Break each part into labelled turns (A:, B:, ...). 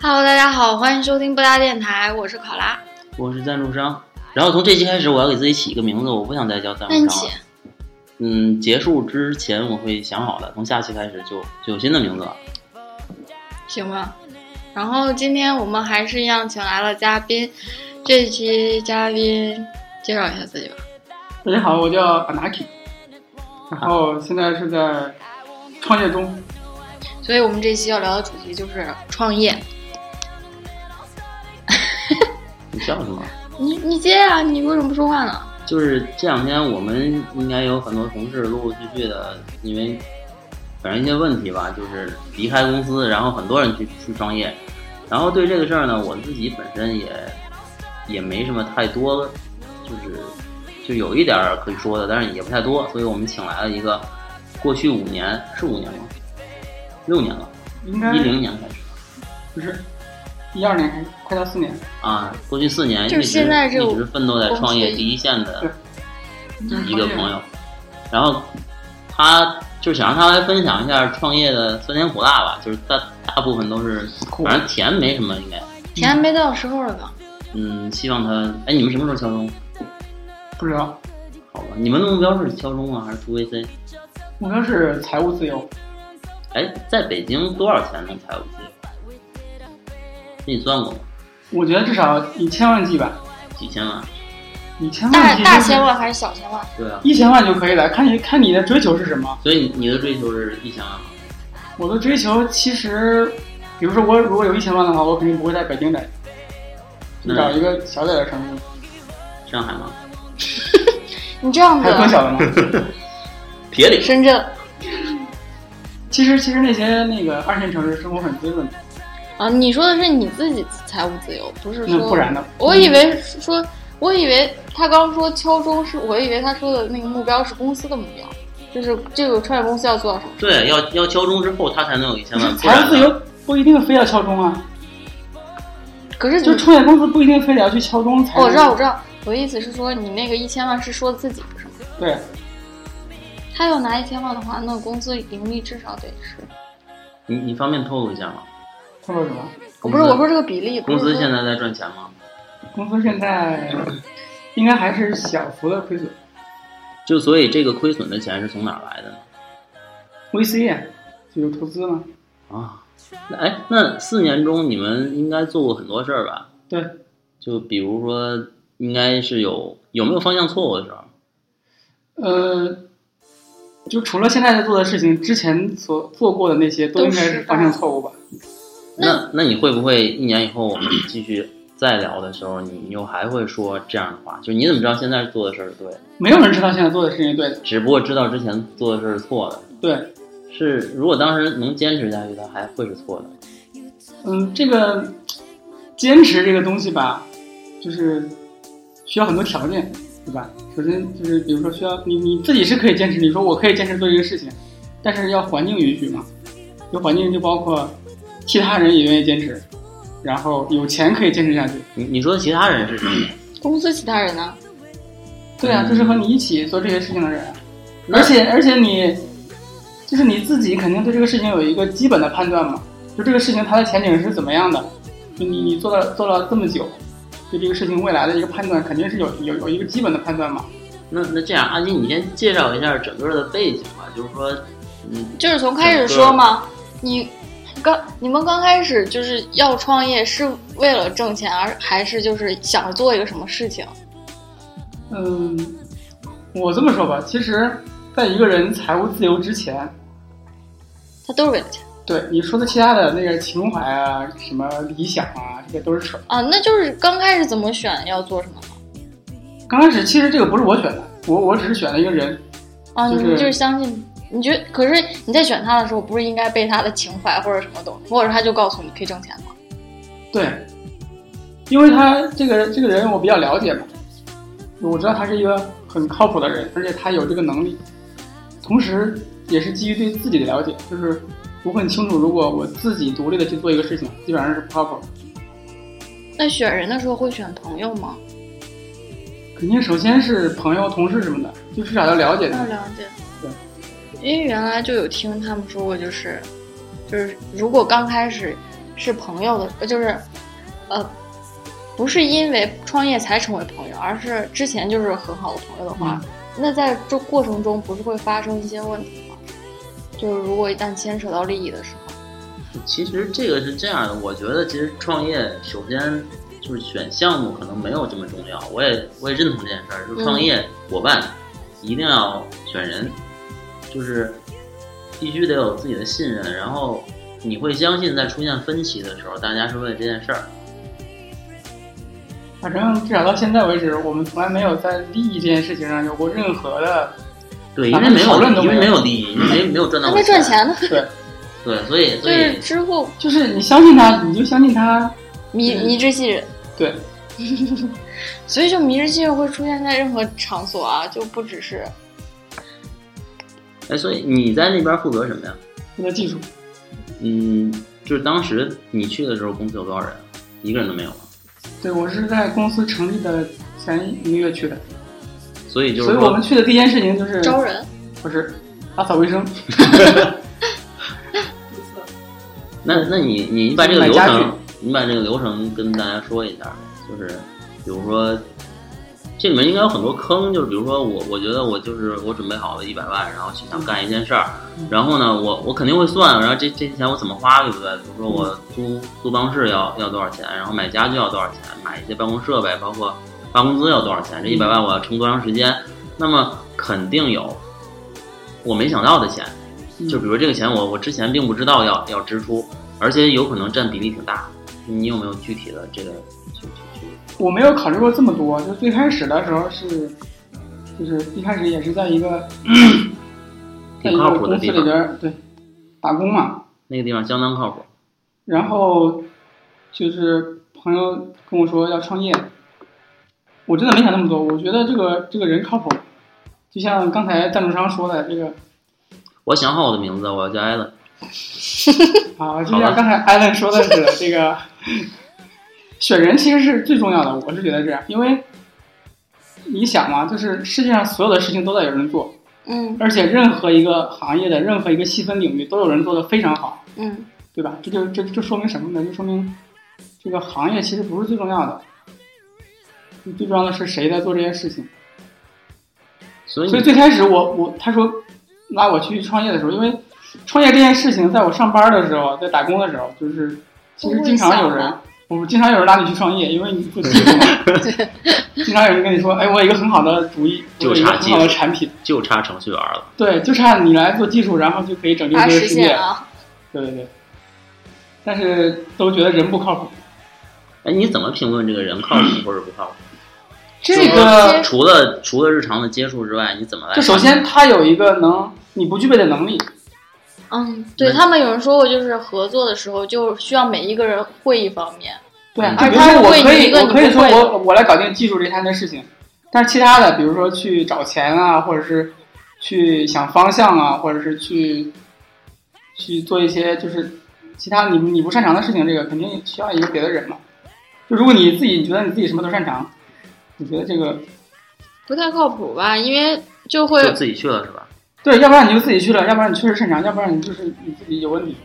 A: Hello，大家好，欢迎收听布拉电台，我是考拉。
B: 我是赞助商。然后从这期开始，我要给自己起一个名字，我不想再叫赞
A: 那你
B: 助
A: 起啊
B: 商了。嗯，结束之前我会想好的，从下期开始就就有新的名字了。
A: 行吧。然后今天我们还是一样请来了嘉宾，这期嘉宾介绍一下自己吧。
C: 大家好，我叫 Anaki，然
B: 啊
C: 后现在是在创业中。
A: 所以我们这期要聊的主题就是创业。
B: 你笑什么？
A: 你你接啊，你为什么不说话呢？
B: 就是这两天我们应该有很多同事陆陆续续的，因为反正一些问题吧，就是离开公司，然后很多人去去创业。然后对这个事儿呢，我自己本身也也没什么太多，就是就有一点儿可以说的，但是也不太多。所以我们请来了一个过去五年是五年吗？六年了，
C: 应
A: 嗯
C: 该
B: 一零年开始
C: 不是一二年开始，快到四年。
B: 啊，过去四年一
A: 就
B: 直
A: 是现在这
B: 一直奋斗在创业第一线的。
C: 就是
A: 嗯
B: 一个
C: 创业
B: 朋友，然后他就想让他来分享一下创业的酸甜苦辣吧，就是大大部分都是，反正甜没什么应该，
A: 钱还没到时候了吧？
B: 嗯，希望他，哎，你们什么时候敲钟？
C: 不知道，
B: 好吧，你们的目标是敲钟吗？还是出 VC？
C: 目标是财务自由，
B: 哎，在北京多少钱能财务自由？那你算过吗？
C: 我觉得至少一千万计吧，
B: 几千万？
C: 一千万
A: 大
C: 计、
A: 大千，万还是小千万？
B: 对啊，
C: 一千万就可以了。看你看你的追求是什么。
B: 所以你的追求是啊一千万吗？
C: 我的追求其实，比如说我如果有一千万的话，我肯定不会在北京待，
B: 嗯
C: 就找一个小点的城市，
B: 上海吗？
A: 你这样
C: 还有更
A: 的
C: 小 的吗？
B: 铁岭。
A: 深圳
C: 其实其实那些那个二线城市生活很滋润的，
A: 啊，你说的是你自己财务自由，不是
C: 那
A: 说
C: 嗯不然呢？
A: 我以为是说，我以为他刚刚说敲钟是，我以为他说的那个目标是公司的目标，就是这个创业公司要做到什么。
B: 对，要要敲钟之后，他才能有一千
C: 不
B: 万
C: 是，
B: 不然
C: 财务
B: 呢
C: 自由不一定非要敲钟啊，
A: 可是你嗯哦
C: 就创业公司不一定非得要去敲钟才是。
A: 我知嗯道，我知道，我的意思是说，你那个一千万是说自己不是吗？
C: 对，
A: 他要拿一千万的话，那公司盈利至少得是，
B: 你你方便透露一下吗？
C: 他说什么？
A: 我不是我说这个比例，不
B: 公
A: 是
B: 司
A: 说
B: 现在在赚钱吗？
C: 公司现在应该还是小幅的亏损。
B: 就所以这个亏损的钱是从哪儿来的呢？
C: VC 啊就有投资嘛？
B: 啊，那哎，那四年中你们应该做过很多事儿吧？
C: 对，
B: 就比如说，应该是有有没有方向错误的时候？
C: 呃，就除了现在在做的事情，之前所做过的那些都应该是方向错误吧？
B: 那那你会不会一年以后我们继续再聊的时候，你你又还会说这样的话？就你怎么知道现在做的事儿是对的，
C: 没有人知道现在做的事情是对的。
B: 只不过知道之前做的事儿是错的？
C: 对，
B: 是如果当时能坚持下去，它还会是错的。
C: 嗯，这个坚持这个东西吧，就是需要很多条件，对吧？首先就是比如说需要你你自己是可以坚持，你说我可以坚持做这个事情，但是要环境允许嘛。有环境就包括其他人也愿意坚持，然后有钱可以坚持下去。
B: 你你说其他人是什么？
A: 公司其他人呢、
C: 对啊，
B: 嗯
C: 就是和你一起做这些事情的人，
B: 那
C: 而且而且你，就是你自己肯定对这个事情有一个基本的判断嘛，就这个事情它的前景是怎么样的，就你你做了做了这么久，对这个事情未来的一个判断肯定是有有有一个基本的判断嘛。
B: 那那这样，阿金，你先介绍一下整个的背景吧，就是说，嗯，
A: 就是从开始说嘛，你刚你们刚开始就是要创业是为了挣钱，而还是就是想着做一个什么事情？
C: 嗯，我这么说吧，其实，在一个人财务自由之前，
A: 他都是为了钱
C: 对你说的其他的那个情怀啊、什么理想啊，这些都是扯。
A: 啊。那就是刚开始怎么选要做什么呢？
C: 刚开始其实这个不是我选的，我我只是选了一个人，
A: 啊，
C: 就是
A: 你就是相信，你觉得可是你在选他的时候，不是应该被他的情怀或者什么东西，或者他就告诉你可以挣钱吗？
C: 对，因为他这个这个人我比较了解嘛，我知道他是一个很靠谱的人，而且他有这个能力，同时也是基于对自己的了解，就是我很清楚，如果我自己独立的去做一个事情，基本上是不靠谱的。
A: 那选人的时候会选朋友吗？
C: 肯定首先是朋友、同事什么的，就至少要了
B: 嗯
C: 解
A: 要
C: 他。
A: 哦了解，
C: 对，
A: 因为原来就有听他们说过，就是就是如果刚开始是朋友的，就是呃，不是因为创业才成为朋友，而是之前就是很好的朋友的话，
B: 嗯
A: 那在这过程中不是会发生一些问题吗？就是如果一旦牵扯到利益的时候，
B: 其实这个是这样的，我觉得其实创业首先就是选项目可能没有这么重要，我也我也认同这件事儿，就是
C: 嗯
B: 创业伙伴一定要选人，就是必须得有自己的信任，然后你会相信在出现分歧的时候，大家是为了这件事儿。
C: 反正至少到现在为止，我们从来没有在利益这件事情上有过任何的
B: 对，因
C: 咱
B: 为
C: 们
B: 没
C: 讨论都
B: 有，因为
C: 没
B: 没
C: 有
B: 有利益，因为没有赚到
A: 还
B: 过
A: 没赚，钱呢，
B: 对，所以
A: 就
B: 所
A: 是
B: 以
A: 之后
C: 就是你相信他，你就相信他。
A: 迷
C: 嗯
A: 迷之信任。
C: 对，
A: 所以就迷之信任会出现在任何场所啊，就不只是
B: 哎，所以你在那边负责什么呀？
C: 这个技术
B: 嗯，就是当时你去的时候，公司有多少人？一个人都没有吗？
C: 对我是在公司成立的前一个月去的，
B: 所以就是
C: 所以我们
B: 说，
C: 去的第一件事情就是
A: 招人。
C: 不是打扫卫生，
B: 那那你你把这个
C: 买
B: 流
C: 家
B: 程，你把这个流程跟大家说一下，就是比如说，这里面应该有很多坑，就是比如说我我觉得我就是我准备好了一百万，然后去想干一件事儿
C: 嗯，
B: 然后呢我我肯定会算，然后这这些钱我怎么花，对不对？比如说我
C: 嗯
B: 租租办公室要要多少钱，然后买家具要多少钱，买一些办公设备，包括发工资要多少钱，这一百万我要撑多长时间？那么肯定有我没想到的钱。
C: 嗯
B: 就比如这个钱我，我之前并不知道要要支出，而且有可能占比例挺大。你有没有具体的这个去去去？
C: 我没有考虑过这么多，就最开始的时候是，就是一开始也是在一 个在一
B: 挺靠
C: 个
B: 谱的
C: 公司
B: 地
C: 里
B: 方
C: 边儿对打工嘛，
B: 那个地方相当靠谱，
C: 然后就是朋友跟我说要创业，我真的没想那么多，我觉得这个这个人靠谱，就像刚才赞助商说的这个
B: 我想好我的名字，我要叫艾伦。
C: 啊，就像刚才艾伦说的是这个选人其实是最重要的，我是觉得这样，因为你想嘛，就是世界上所有的事情都在有人做。
A: 嗯
C: 而且任何一个行业的任何一个细分领域都有人做的非常好，
A: 嗯
C: 对吧？这就这这说明什么呢？就说明这个行业其实不是最重要的，最重要的是谁在做这些事情。
B: 所以
C: 所以
B: 你
C: 最开始我我他说拉我去创业的时候，因为创业这件事情，在我上班的时候，在打工的时候，就是其实经常有
A: 不会
C: 人
A: 想，
C: 我们经常有人拉你去创业，因为你做技术嘛， 经常有人跟你说，哎，我有一个很好的主意，我有一个很好的产品，
B: 就差程序员了。
C: 对，就差你来做技术，然后就可以拯救
A: 把它
C: 这个
A: 实
C: 世界
A: 现。啊，
C: 对对对，但是都觉得人不靠谱。
B: 哎，你怎么评论这个人靠谱或者不靠谱？
C: 这
A: 个
C: 个，
B: 除了除了日常的接触之外，你怎么来？
C: 就首先，他有一个能你不具备的能力，
A: 嗯，对他们有人说过，就是合作的时候就需要每一个人会一方面，
C: 对，
B: 嗯
C: 就比如
A: 而他
C: 说我
A: 会
C: 可
A: 你
C: 以
A: 一个
C: 我
A: 你
C: 可以
A: 不
C: 说
A: 会
C: 我我来搞定技术这一摊的事情，但是其他的，比如说去找钱啊，或者是去想方向啊，或者是去去做一些就是其他你你不擅长的事情，这个肯定需要一个别的人嘛。就如果你自己觉得你自己什么都擅长，你觉得这个
A: 不太靠谱吧？因为就会
B: 就自己去了是吧？
C: 对，要不然你就自己去了，要不然你确实擅长，要不然你就是你自己有问题。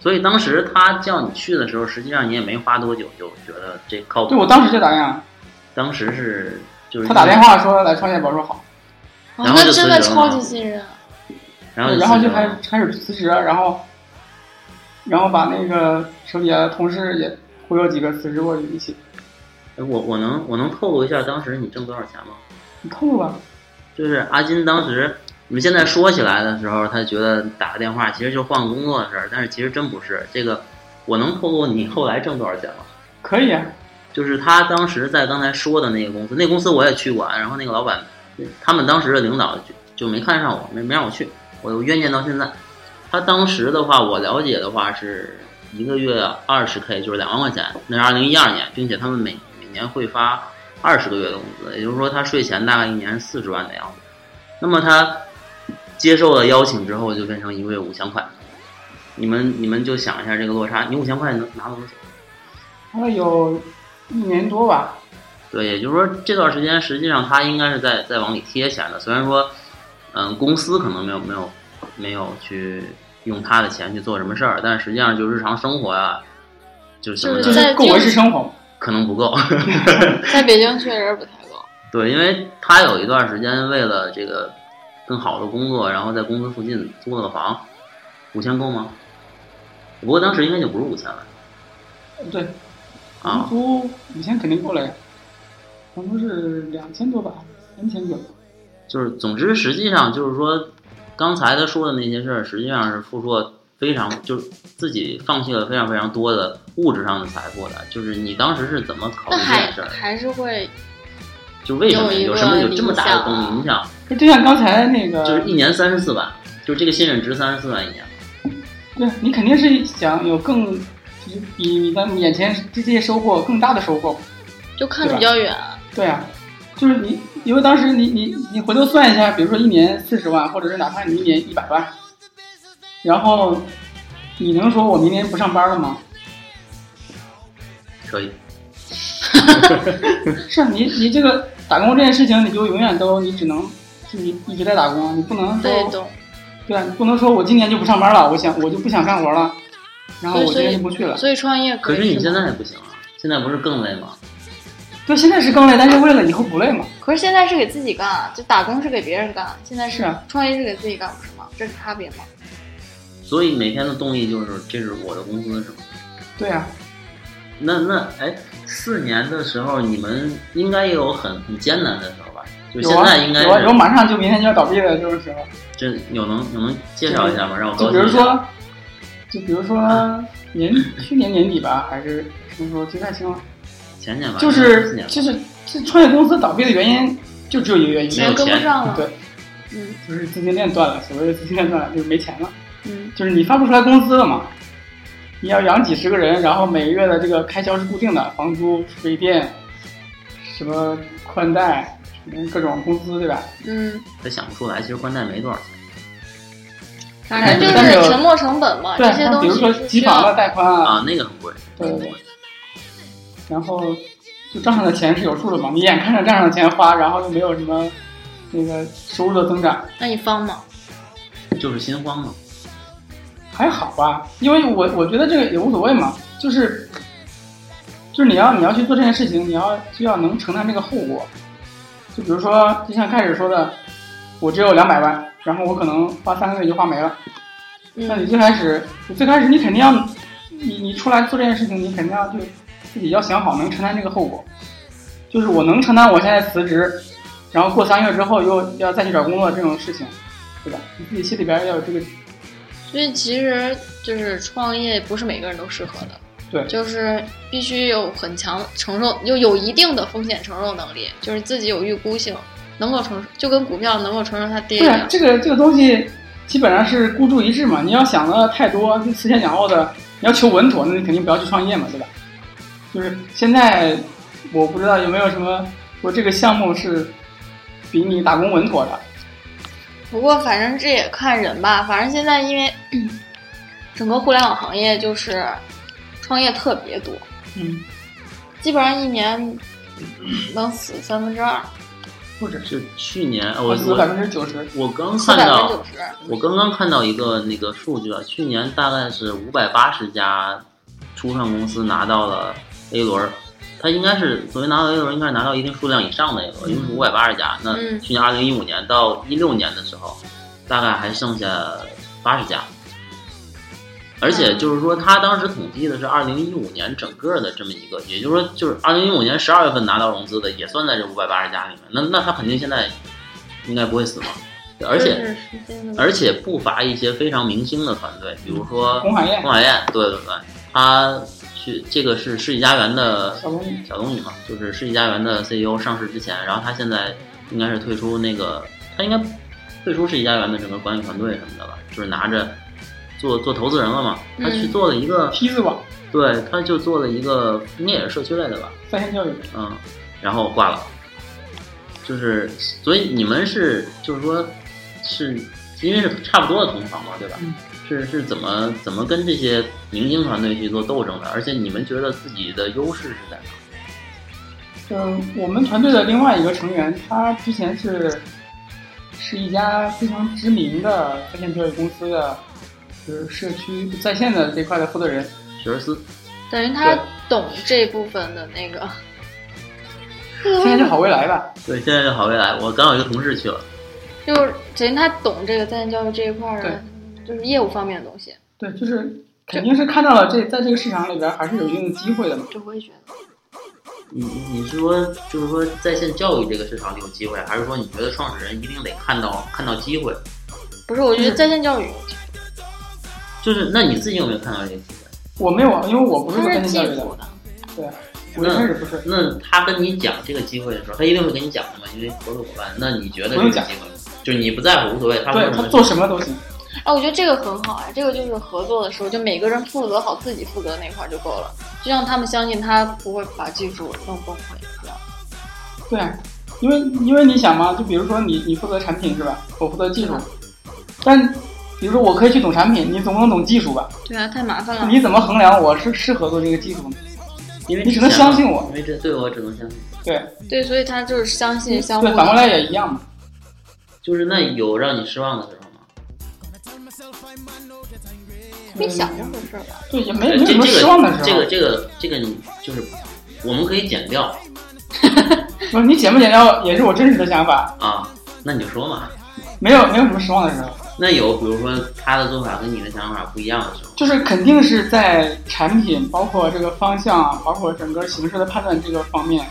B: 所以当时他叫你去的时候，实际上你也没花多久就觉得这靠谱。
C: 对，我当时就打电话，
B: 当时是就是
C: 他打电，话说来创业宝说好，
A: 啊
B: 然后
A: 那
B: 就
A: 真的
B: 辞职了
A: 超
B: 吗
A: 级信任，
B: 然后
C: 然后
B: 辞职
C: 就开始
B: 了
C: 开始辞职，然后然后把那个手底下的同事也忽悠几个辞职过去一起，
B: 哎我我能我能透露一下当时你挣多少钱吗？
C: 你透露吧，
B: 就是阿金当时，你们现在说起来的时候，他觉得打个电话其实就换个工作的事儿，但是其实真不是。这个我能透露你后来挣多少钱吗？
C: 可以啊，
B: 就是他当时在刚才说的那个公司，那公司我也去过，啊然后那个老板，他们当时的领导就就没看上我，没没让我去，我有冤念到现在。他当时的话，我了解的话是一个月二十 K，就是两万块钱，那是二零一二年，并且他们每每年会发二十个月的工资，也就是说他税前大概一年四十万的样子。那么他接受了邀请之后，就变成一个月五千块。你们你们就想一下这个落差，你五千块能拿到多少？
C: 大概有一年多吧，
B: 对，也就是说这段时间实际上他应该是在在往里贴钱的，虽然说，嗯，公司可能没有没有没有去用他的钱去做什么事儿，但实际上就日常生活啊，就是什么
A: 就
C: 就
B: 的
A: 在
C: 是够维持生活嘛。
B: 可能不够。
A: 在北京确实不太够。
B: 对，因为他有一段时间为了这个更好的工作，然后在公司附近租了个房，五千够吗？不过当时应该就不是五千了
C: 对，房
B: 啊，
C: 租以前肯定够了呀，房租是两千多吧，三千左右。
B: 就是总之实际上就是说，刚才他说的那些事儿，实际上是付出了非常就是自己放弃了非常非常多的物质上的财富的。就是你当时是怎么考
A: 那
B: 虑这
A: 还
B: 件事儿？
A: 还是会
B: 就为什么
A: 有一个
B: 有什么有这么大的
A: 影响啊
B: 动力影响？
C: 就就像刚才那个，
B: 就是一年三十四万，就是这个信任值三十四万一年。
C: 对你肯定是想有更，就是比你的眼前这这些收获更大的收获。
A: 就看得
C: 对吧
A: 比较远，
C: 对啊，就是你，因为当时你你你回头算一下，比如说一年四十万，或者是哪怕你一年一百万，然后你能说我明年不上班了吗？
B: 可以，
C: 是啊你你这个打工这件事情，你就永远都你只能就你一直在打工，啊你不能
A: 被
C: 说
A: 动。
C: 对啊，你不能说我今年就不上班了，我想我就不想干活了，然后我今年就不去了。
A: 所以创业
B: 可是
A: 以
B: 你
A: 吗
B: 现在不行啊，现在不是更累吗？
C: 对，现在是更累，但是为了以后不累嘛。
A: 可是现在是给自己干啊，就打工是给别人干，现在
C: 是
A: 是
C: 啊
A: 创业是给自己干，不是吗？这是差别吗？
B: 所以每天的动力就是这是我的工资是吗？
C: 对啊，
B: 那那哎，四年的时候你们应该也有很很艰难的时候吧？就
C: 有
B: 现
C: 啊，
B: 在应该
C: 有啊，有
B: 是
C: 马上就明天就要倒闭的这种时候。
B: 这有能有能介绍一下吗？让我
C: 就
B: 高
C: 比
B: 兴
C: 如
B: 一下。
C: 说，就比如说年去年年底吧，还是什么时候记不太清了。
B: 前年吧，
C: 就
B: 四
C: 是
B: 啊年吧
C: 就是这创业公司倒闭的原因就只有一个原因，
B: 没有
A: 跟不
B: 钱
A: 上了。
C: 对，
A: 嗯
C: 就是资金链断了。所谓的资金链断了，就是没钱了，
A: 嗯，
C: 就是你发不出来工资了嘛。你要养几十个人，然后每个月的这个开销是固定的，房租、水电、什么宽带、什么各种工资，对吧？
A: 嗯，
B: 他想不出来，其实宽带没多少钱。
A: 反正就
C: 但是
A: 是
C: 有
A: 沉没成本嘛，
C: 对
A: 啊这，些
C: 像
A: 东
C: 比如说
A: 西是需
C: 集房的
A: 要。
C: 贷款啊，
B: 啊，那个很贵，
C: 对
B: 很贵
C: 然后就账上的钱是有数的嘛，你眼看着账上的钱花，然后又没有什么那个收入的增长，
A: 那你方吗？
B: 就是心慌嘛。
C: 还好吧，因为我我觉得这个也无所谓嘛，就是就是你要你要去做这件事情，你要就要能承担这个后果。就比如说，就像开始说的，我只有两百万，然后我可能花三个月就花没了。那你
A: 嗯，
C: 最开始，你最开始你肯定要，你你出来做这件事情，你肯定要就自己要想好能承担这个后果。就是我能承担我现在辞职，然后过三个月之后又要再去找工作这种事情，对吧？你自己心里边要有这个
A: 所以其实就是创业不是每个人都适合的。
C: 对
A: 就是必须有很强承受，就有一定的风险承受能力，就是自己有预估性，能够承受，就跟股票能够承受它跌一
C: 对啊
A: 样，。
C: 这个这个东西基本上是孤注一掷嘛。你要想的太多，就思前想后的，你要求稳妥，那你肯定不要去创业嘛，对吧？就是现在我不知道有没有什么说这个项目是比你打工稳妥的，
A: 不过反正这也看人吧，反正现在因为 整个互联网行业就是创业特别多，
C: 嗯，
A: 基本上一年能死三分之二，
C: 不止
B: 是去年呃我
C: 我死百
B: 我
C: 分之九十。
B: 我刚
A: 死
B: 看
A: 百
B: 到
A: 分之九十。
B: 我刚刚看到一个那个数据啊，去年大概是五百八十家初创公司拿到了 A 轮儿，它应该是所谓拿到 A 轮儿，应该是拿到一定数量以上的 A 轮儿，因为是五百八十家。那
A: 嗯
B: 去年二零一五年到一六年的时候，大概还剩下八十家。而且就是说，他当时统计的是二零一五年整个的这么一个，也就是说，就是二零一五年十二月份拿到融资的，也算在这五百八十家里面。那那他肯定现在应该不会死嘛，对而且
A: 就是时间的问题
B: 而且不乏一些非常明星的团队，比如说
C: 红海燕
B: 龚，海燕，对对对，他去这个是世纪佳缘的
C: 小东西
B: 小东女嘛，就是世纪佳缘的 CEO 上市之前，然后他现在应该是退出那个，他应该退出世纪佳缘的整个管理团队什么的吧，就是拿着做做投资人了嘛，他去
A: 嗯
B: 做了一个，
C: 梯子网
B: 对，他就做了一个，应该也是社区类的吧，
C: 在线教育，
B: 嗯，然后挂了。就是，所以你们是就是说，是因为是差不多的同行嘛，对吧？
C: 嗯
B: 是是怎么怎么跟这些明星团队去做斗争的？而且你们觉得自己的优势是在哪？
C: 嗯，我们团队的另外一个成员，他之前是是一家非常知名的在线教育公司的，就是社区在线的这块的负责人。
B: 学而思，
A: 等于他
B: 对
A: 懂这部分的那个，
C: 现在就好未来吧。
B: 对，现在就好未来，我刚好有一个同事去了，
A: 就是等于他懂这个在线教育这一块儿的，就是业务方面的东西，
C: 对，就是肯定是看到了这在这个市场里边还是有一定的机会的嘛。
A: 这我也觉得。
B: 你你是说就是说在线教育这个市场里有机会，还是说你觉得创始人一定得看到看到机会？
A: 不是，我觉得在线教育，
B: 就是那你自己有没有看到这个机会？
C: 我没有啊，因为我不是
A: 它
C: 做在
A: 是
C: 线
A: 技
C: 教育的
A: 术，的，
C: 对，我一开始不是。
B: 那嗯他跟你讲这个机会的时候，他一定会跟你讲的嘛，因为合作伙伴。那你觉得这
C: 不
B: 个
C: 用
B: 机
C: 讲
B: 会，就是你不在乎无所谓，他为
C: 对
B: 什
C: 他
B: 么
C: 做什么都行，
A: 哎，我觉得这个很好啊，这个就是合作的时候，就每个人负责好自己负责的那块儿就够了，就让他们相信他不会把技术弄崩溃一样。
C: 对啊，因为因为你想嘛，就比如说你你负责产品是吧？我负责技术
A: 嗯，
C: 但比如说我可以去懂产品，你总不能懂技术吧？
A: 对啊，太麻烦了。
C: 你怎么衡量我是适合做这个技术呢？
B: 因为
C: 你只能相信我
B: 因为这对我只能相信。
C: 对
A: 对，所以他就是相信相互
C: 对，
A: 的。
C: 反过来也一样嘛。
B: 就是那有让你失望的时候吗？
A: 没想过这事儿吧？
C: 对，也没
B: 这呃这
C: 没有什么失望的时候。
B: 这个这个这个你就是我们可以减掉
C: 不是你减不减掉也是我真实的想法，
B: 啊，那你就说嘛。
C: 没有没有什么失望的时候，
B: 那有比如说他的做法跟你的想法不一样的时候，
C: 就是肯定是在产品包括这个方向，啊包括整个形式的判断这个方面，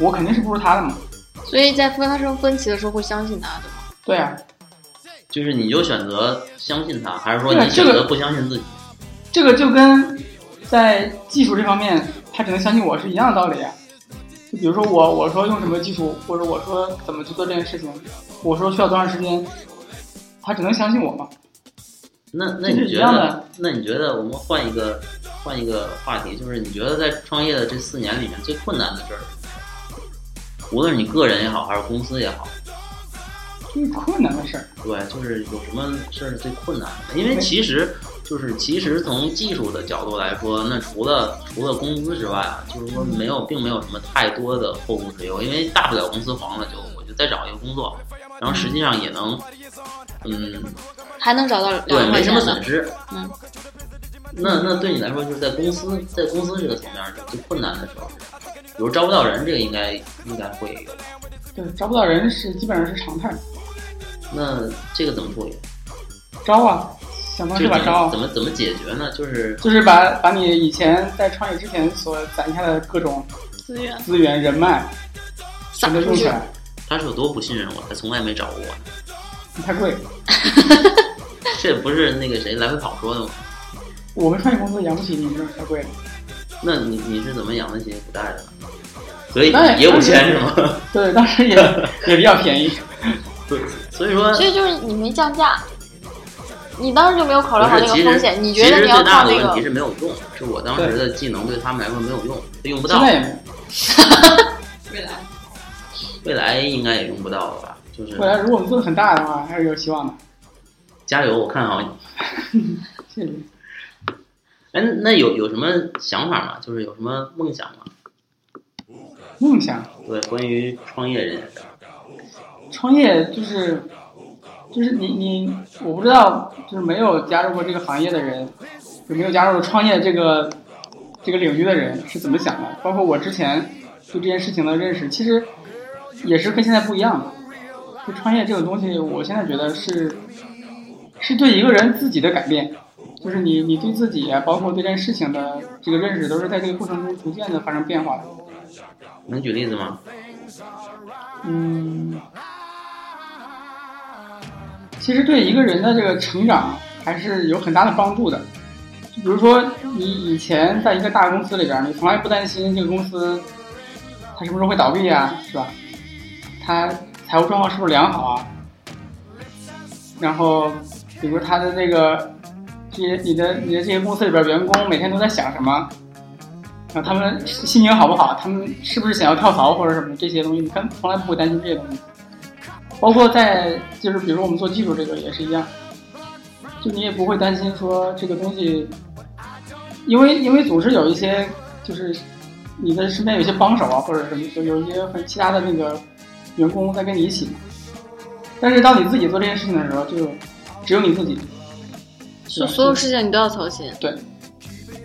C: 我肯定是不如他的嘛。
A: 所以在发生分歧的时候会相信他，对吗？
C: 对啊，
B: 就是你就选择相信他，还是说
C: 对啊
B: 你选
C: 这
B: 择
C: 个
B: 不相信自己？
C: 这个就跟在技术这方面，他只能相信我是一样的道理啊。就比如说我我说用什么技术，或者我说怎么去做这件事情，我说需要多长时间，他只能相信我嘛。
B: 那那
C: 这是
B: 你
C: 一
B: 觉
C: 样
B: 得
C: 的？
B: 那你觉得我们换一个换一个话题，就是你觉得在创业的这四年里面最困难的事儿是什么，无论是你个人也好，还是公司也好，
C: 最困难的事儿，
B: 对，就是有什么事儿是最困难的？因为其实就是其实从技术的角度来说，那除了除了工资之外啊，就是说没有并没有什么太多的后顾之忧，因为大不了公司黄了就我就再找一个工作，然后实际上也能嗯
A: 还能找到两
B: 对，
A: 万块
B: 没什
A: 钱
B: 么
A: 呢
B: 损。失。
A: 嗯，
B: 那那对你来说，就是在公司，在公司这个层面儿最困难的时候，比如招不到人，这个应该应该会有。
C: 对，招不到人是基本上是常态。
B: 那这个怎么处理？
C: 招啊，想方
B: 就是
C: 设法
B: 怎
C: 招
B: 么
C: 啊
B: 怎。么怎么解决呢？就是
C: 就是把把你以前在创业之前所攒下的各种
A: 资源
C: 资源、人脉，
A: 撒
C: 全都
A: 出
C: 用起
A: 去，
C: 来，
B: 他是有多不信任我，他从来没找过我呢。
C: 你太贵。
B: 这不是那个谁来回跑说的吗？
C: 我们创业公司养不起你这种太贵了。
B: 那你你是怎么养得起古代的？所以
C: 古代
B: 也五
C: 当时
B: 千是吗？
C: 对，当时也也比较便宜。
B: 对，所以说
A: 所以就是你没降价，你当时就没有考虑好
B: 不
A: 这
B: 是，
A: 个
B: 其
A: 风
B: 实
A: 险，你
B: 其
A: 觉得
B: 实
A: 你要
B: 最大
A: 靠
B: 的
A: 这
B: 问题
A: 个，
B: 是没有用，是我当时的技能对他们来说没有用，用不
C: 现
B: 到，
C: 在也没有。
A: 未来
B: 未来应该也用不到了吧？就是
C: 未来如果我们做的很大的话，还是有希望的。
B: 加油，我看好你。
C: 谢谢。
B: 哎，那有有什么想法吗？就是有什么梦想吗？
C: 梦想，
B: 对，关于创业这件事儿，
C: 创业就是就是你你，我不知道，就是没有加入过这个行业的人，有没有加入创业这个这个领域的人是怎么想的？包括我之前对这件事情的认识，其实也是跟现在不一样的。就创业这种东西，我现在觉得是是对一个人自己的改变，就是你你对自己啊，包括对这件事情的这个认识，都是在这个过程中逐渐的发生变化的。
B: 能举例子吗？
C: 嗯，其实对一个人的这个成长还是有很大的帮助的。就比如说，你以前在一个大公司里边儿，你从来不担心这个公司它什么时候会倒闭啊，是吧？它财务状况是不是良好啊？然后，比如它的这个这些你的你的这些公司里边儿员工每天都在想什么？然后他们心情好不好，他们是不是想要跳槽或者什么这些东西，你看从来不会担心这些东西。包括在就是比如说我们做技术这个也是一样，就你也不会担心说这个东西，因为因为总是有一些就是你的身边有一些帮手啊或者什么，就有一些很其他的那个员工在跟你一起嘛。但是当你自己做这件事情的时候，就只有你自己，
A: 就所有事情你都要操心。
C: 对，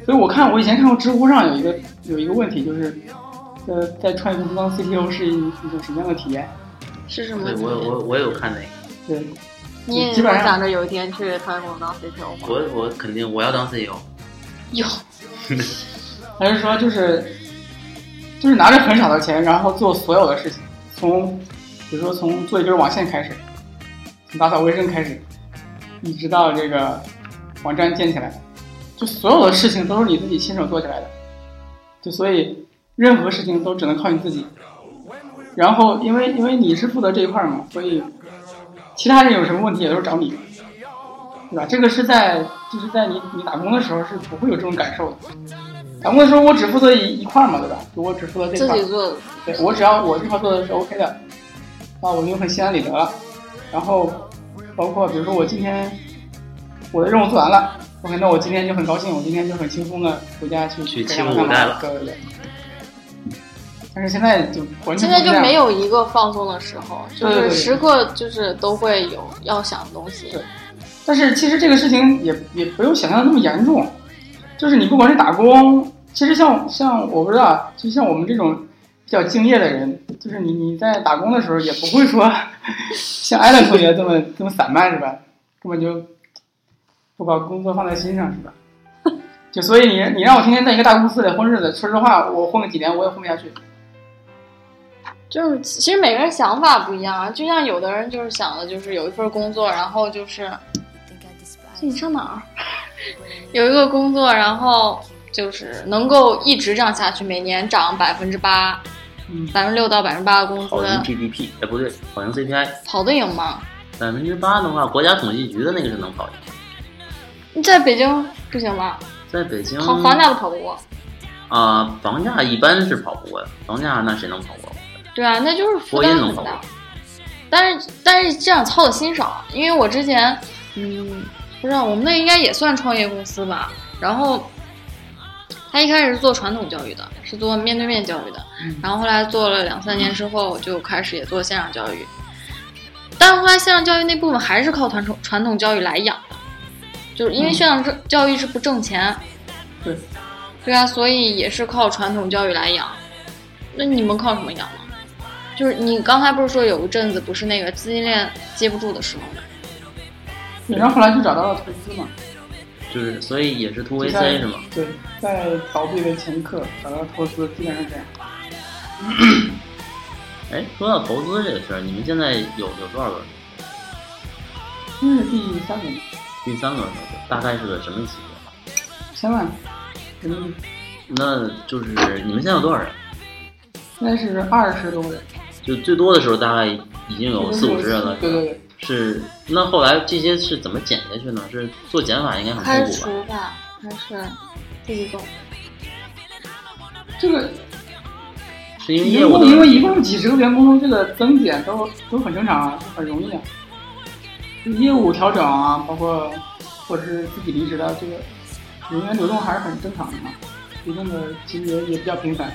C: 所以我看我以前看过知乎上有一个有一个问题，就是呃，在创业公司当 CTO 是一一种什么样的体验？
A: 是什么
B: 对？我我我有看那个，
C: 对，
D: 你也
C: 基本上
D: 想着有一天去川工当 CTO 吗？
B: 我我肯定我要当 E CEO，
A: 有
C: 还是说就是就是拿着很少的钱，然后做所有的事情，从比如说从做一根网线开始，从打扫卫生开始，一直到这个网站建起来，就所有的事情都是你自己亲手做起来的，就所以任何事情都只能靠你自己。然后因为因为你是负责这一块儿嘛，所以其他人有什么问题也都是找你。对吧？这个是在就是在你你打工的时候是不会有这种感受的。打工的时候我只负责一一块儿嘛，对吧？我只负责这
A: 自
C: 块
A: 己
C: 儿，
A: 做的，
C: 对我只要我这块做的是 OK 的，啊，我就很心安理得了。然后包括比如说我今天我的任务做完了，OK，那我今天就很高兴，我今天就很轻松的回家去
B: 去
C: 干
B: 轻
C: 嘛
B: 舞
C: 干嘛
B: 带了
C: 对对对。但是现在就完全
A: 现在
C: 不
A: 就
C: 这样
A: 没有一个放松的时候，就
C: 对
A: 是
C: 对对
A: 时刻就是都会有要想的东西
C: 对。但是其实这个事情也也没有想象的那么严重，就是你不管是打工，其实像像我不知道，就像我们这种比较敬业的人，就是你你在打工的时候也不会说像艾伦同学这么这么散漫是吧？根本就不把工作放在心上是吧？就所以你你让我天天在一个大公司里混日子，说实话，我混个几年我也混不下去。
A: 就是其实每个人想法不一样啊，就像有的人就是想的就是有一份工作，然后就是这你上哪儿啊 有一个工作，然后就是能够一直这样下去，每年涨百分之八、
C: 嗯，
A: 百分之六到百分之八的工
B: 跑赢
A: 资，
B: PDP，哎不对，跑赢 CPI
A: 跑得赢吗？
B: 百分之八的话，国家统计局的那个是能跑赢，
A: 你在北京不行吧？
B: 在北京
A: 跑房价都跑不过。
B: 啊、房价一般是跑不过的，房价那谁能跑过？
A: 对啊，那就是负
B: 播音
A: 担
B: 能
A: 很
B: 跑
A: 大
B: 过。
A: 但是但是这样操的心少，因为我之前嗯不知道我们那应该也算创业公司吧。然后他一开始是做传统教育的，是做面对面教育的，
B: 嗯
A: 然后后来做了两三年之后，就开始也做线上教育。但是后来线上教育那部分还是靠传统传统教育来养的，就是因为
C: 嗯
A: 线上教育是不挣钱，
C: 对
A: 对啊，所以也是靠传统教育来养。那你们靠什么养呢？就是你刚才不是说有一阵子不是那个资金链接不住的时候吗？
C: 然后后来就找到了投资嘛，
B: 就是所以也是突围
C: 就在
B: C E 是吗？
C: 对，在倒闭的前一刻找到投资，基本上是这样。
B: 哎，说到投资这个事儿，你们现在有有多少轮？嗯
C: 今日第三轮，
B: 第三轮投资大概是个什么级别？
C: 千万人民币，
B: 那就是你们现在有多少人？
C: 现在是二十多个人，
B: 就最多的时候大概已经有哦四五十人了，
C: 对对对，
B: 是那后来这些是怎么减下去呢？是做减法应该很
A: 开
B: 痛苦吧？
A: 除吧，还是自己走？
C: 这个
B: 是因为业
C: 一
B: 务
C: 共
B: 的
C: 因为
B: 问题
C: 一共几十个员工，这个增减都都很正常啊，很容易啊。业务调整啊，包括或者是自己离职的这个人员流动还是很正常的嘛，流动的其实也比较频繁。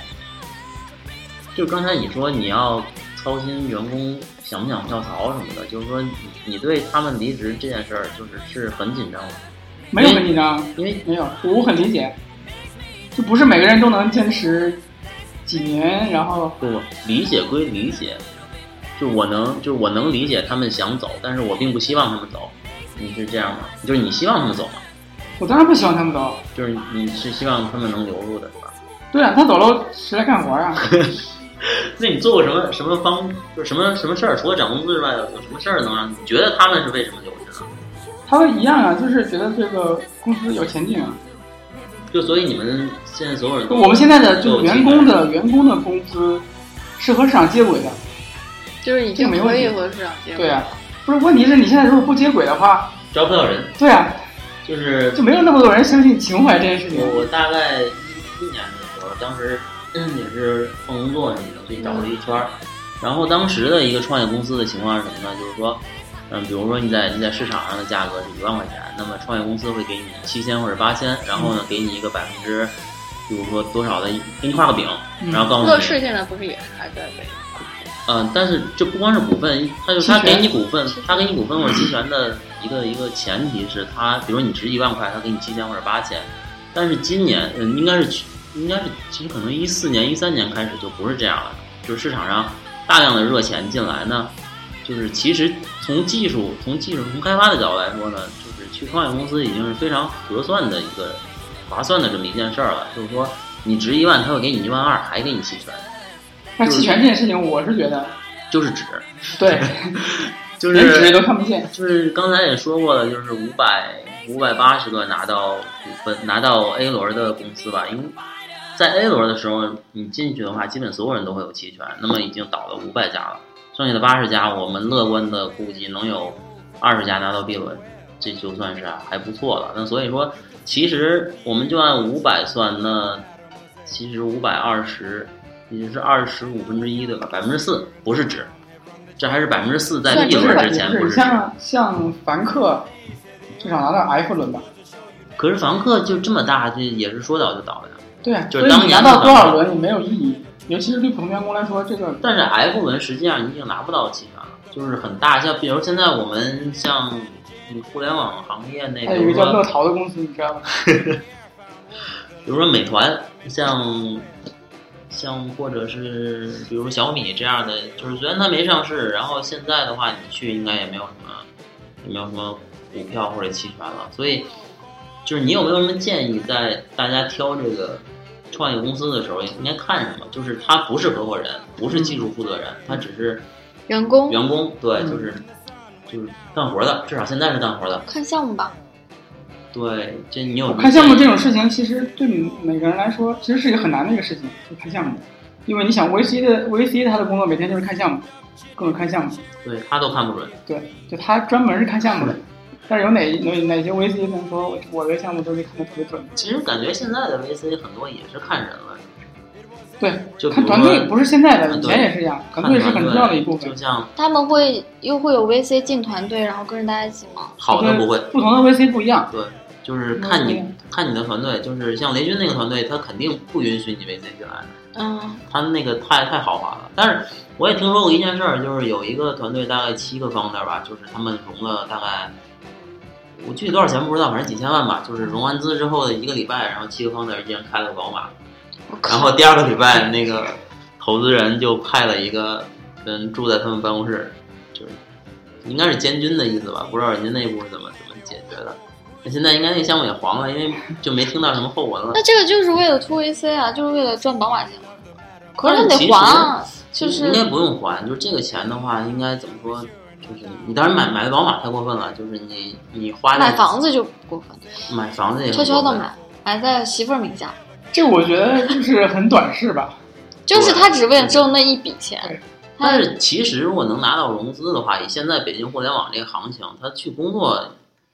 B: 就刚才你说你要操心员工想不想跳槽什么的，就是说你你对他们离职这件事儿就是是很紧张的，
C: 没有很紧张，
B: 因为
C: 啊没有，我很理解，就不是每个人都能坚持几年，然后
B: 不不理解归理解，就我能就我能理解他们想走，但是我并不希望他们走。你是这样吗？就是你希望他们走吗？
C: 我当然不希望他们走。
B: 就是你是希望他们能留住的是吧？
C: 对啊，他走了谁来干活啊？
B: 那你做过什么什么方就是什么什么事儿？除了涨工资之外，有有什么事儿能让你觉得他们是为什么留职呢？
C: 他们一样啊，就是觉得这个公司有前景啊。
B: 就所以你们现在所有人都，
C: 我们现在的就是员工的员工的工资是和市场接轨的，
A: 就是已经可以和市场接
C: 对啊。不是，问题是你现在如果不接轨的话，
B: 招不到人，
C: 对啊，
B: 就是
C: 就没有那么多人相信情怀这件事情。
B: 我我大概一一年的时候，当时嗯也是换工作什么的，去找了一圈儿。然后当时的一个创业公司的情况是什么呢？就是说，嗯，比如说你在你在市场上的价格是一万块钱，那么创业公司会给你七千或者八千，然后呢给你一个百分之，比如说多少的，给你画个饼，
C: 嗯
B: 然后告诉
A: 乐
B: 你，
A: 视现在不是也是还在北京？
B: 嗯，但是这不光是股份，他就他
C: 期权
B: 给你股份，他给你股份或者期权的一个一个前提是他，比如你值一万块，他给你七千或者八千，但是今年，嗯，应该是去，应该是其实可能一四年、一三年开始就不是这样了，就是市场上大量的热钱进来呢，就是其实从技术、从技术、从开发的角度来说呢，就是去创业公司已经是非常合算的一个划算的这么一件事儿了，就是说你值一万，他会给你一万二，还给你期权，
C: 但期权这件事情，我是觉得，
B: 就是纸，
C: 对，
B: 就
C: 连纸
B: 是
C: 都看不见。
B: 就是刚才也说过了，就是五百五百八十个拿到股份拿到 A 轮的公司吧，因为在 A 轮的时候你进去的话，基本所有人都会有期权，那么已经倒了五百家了，剩下的八十家，我们乐观的估计能有二十家拿到 B 轮，这就算是还不错了。那所以说，其实我们就按五百算，那其实五百二十，也就是二十五分之一对吧？百分之四不是指，这还是百分之四在
A: 算
B: B
A: 一
C: 不
A: 会
C: 是
B: 轮
A: 儿
B: 之前不
C: 不
B: 是指。
C: 是，像像凡客，至少拿到 F 轮吧？
B: 可是房客就这么大，这也是说倒就倒呀。
C: 对啊，
B: 就是
C: 所以
B: 当
C: 你
B: 年
C: 拿
B: 的
C: 到多
B: 凡
C: 少
B: 客
C: 轮也没有意义，尤其是对普通员工来说，这个
B: 但是 F 轮实际上已经拿不到期权了，就是很大，像比如现在我们像嗯互联网行业那，
C: 还
B: 比
C: 有一
B: 如
C: 个叫乐
B: 哎说
C: 淘的公司，你知道吗？
B: 比如说美团，像像或者是比如小米这样的，就是虽然它没上市，然后现在的话你去应该也没有什么也没有什么股票或者期权了，所以就是你有没有什么建议，在大家挑这个创业公司的时候应该看什么？就是他不是合伙人，不是技术负责人，他只是
A: 员工
B: 员工，对，
C: 嗯
B: 就是就是干活的，至少现在是干活的。
A: 看项目吧，
B: 对，这你有什么
C: 看项目
B: 建
C: 这
B: 议
C: 种事情，其实对每个人来说，其实是一个很难的一个事情，就看项目。因为你想，VC 的 VC 他的工作每天就是看项目，各种看项目。
B: 对他都看不准，
C: 对，就他专门是看项目的。但是有哪哪哪些 VC 能说我我这个项目都是看的特别准？
B: 其实感觉现在的 VC 很多也是看人了。
C: 对，
B: 就比
C: 看
B: 如
C: 团
B: 说
C: 队不是现在的，
B: 看团
C: 以
B: 队
C: 前也是一样，团
B: 看
C: 队是很
B: 团
C: 重要的一部分
B: 就。像
A: 他们会又会有 VC 进团队，然后跟着大家一起吗？
B: 好的不会，
C: 不同的 VC 不一样。
B: 对，就是看你
C: 嗯
B: 看你的团队，就是像雷军那个团队，他肯定不允许你 VC 进来的，
A: 嗯，
B: 他那个太太豪华了。但是我也听说过一件事儿，就是有一个团队大概七个 founder 吧，就是他们融了大概。我具体多少钱不知道，反正几千万吧。就是融完资之后的一个礼拜，然后七个 founder 一人开了个宝马，
A: 我
B: 然
A: 靠，
B: 后第二个礼拜，那个投资人就派了一个人住在他们办公室，就是应该是监军的意思吧？不知道人家内部是怎么怎么解决的。那现在应该那个项目也黄了，因为就没听到什么后文了
A: 那。这个就是为了出 VC 啊，就是为了赚宝马钱吗？可
B: 但
A: 是
B: 是
A: 得
B: 其实
A: 还啊，就是
B: 应该不用还，就是这个钱的话，应该怎么说？就是你当然买买的宝马太过分了，就是你你花
A: 买
B: 在
A: 房子就不过分，
B: 买房子也
A: 悄
B: 很
A: 悄
B: 过
A: 的
B: 分
A: 买，买在媳妇儿名下，
C: 这我觉得就是很短视吧。
A: 就是
B: 对
A: 他只为了挣那一笔钱
C: 对，
A: 他
B: 但是其实如果能拿到融资的话，以现在北京互联网这个行情，他去工作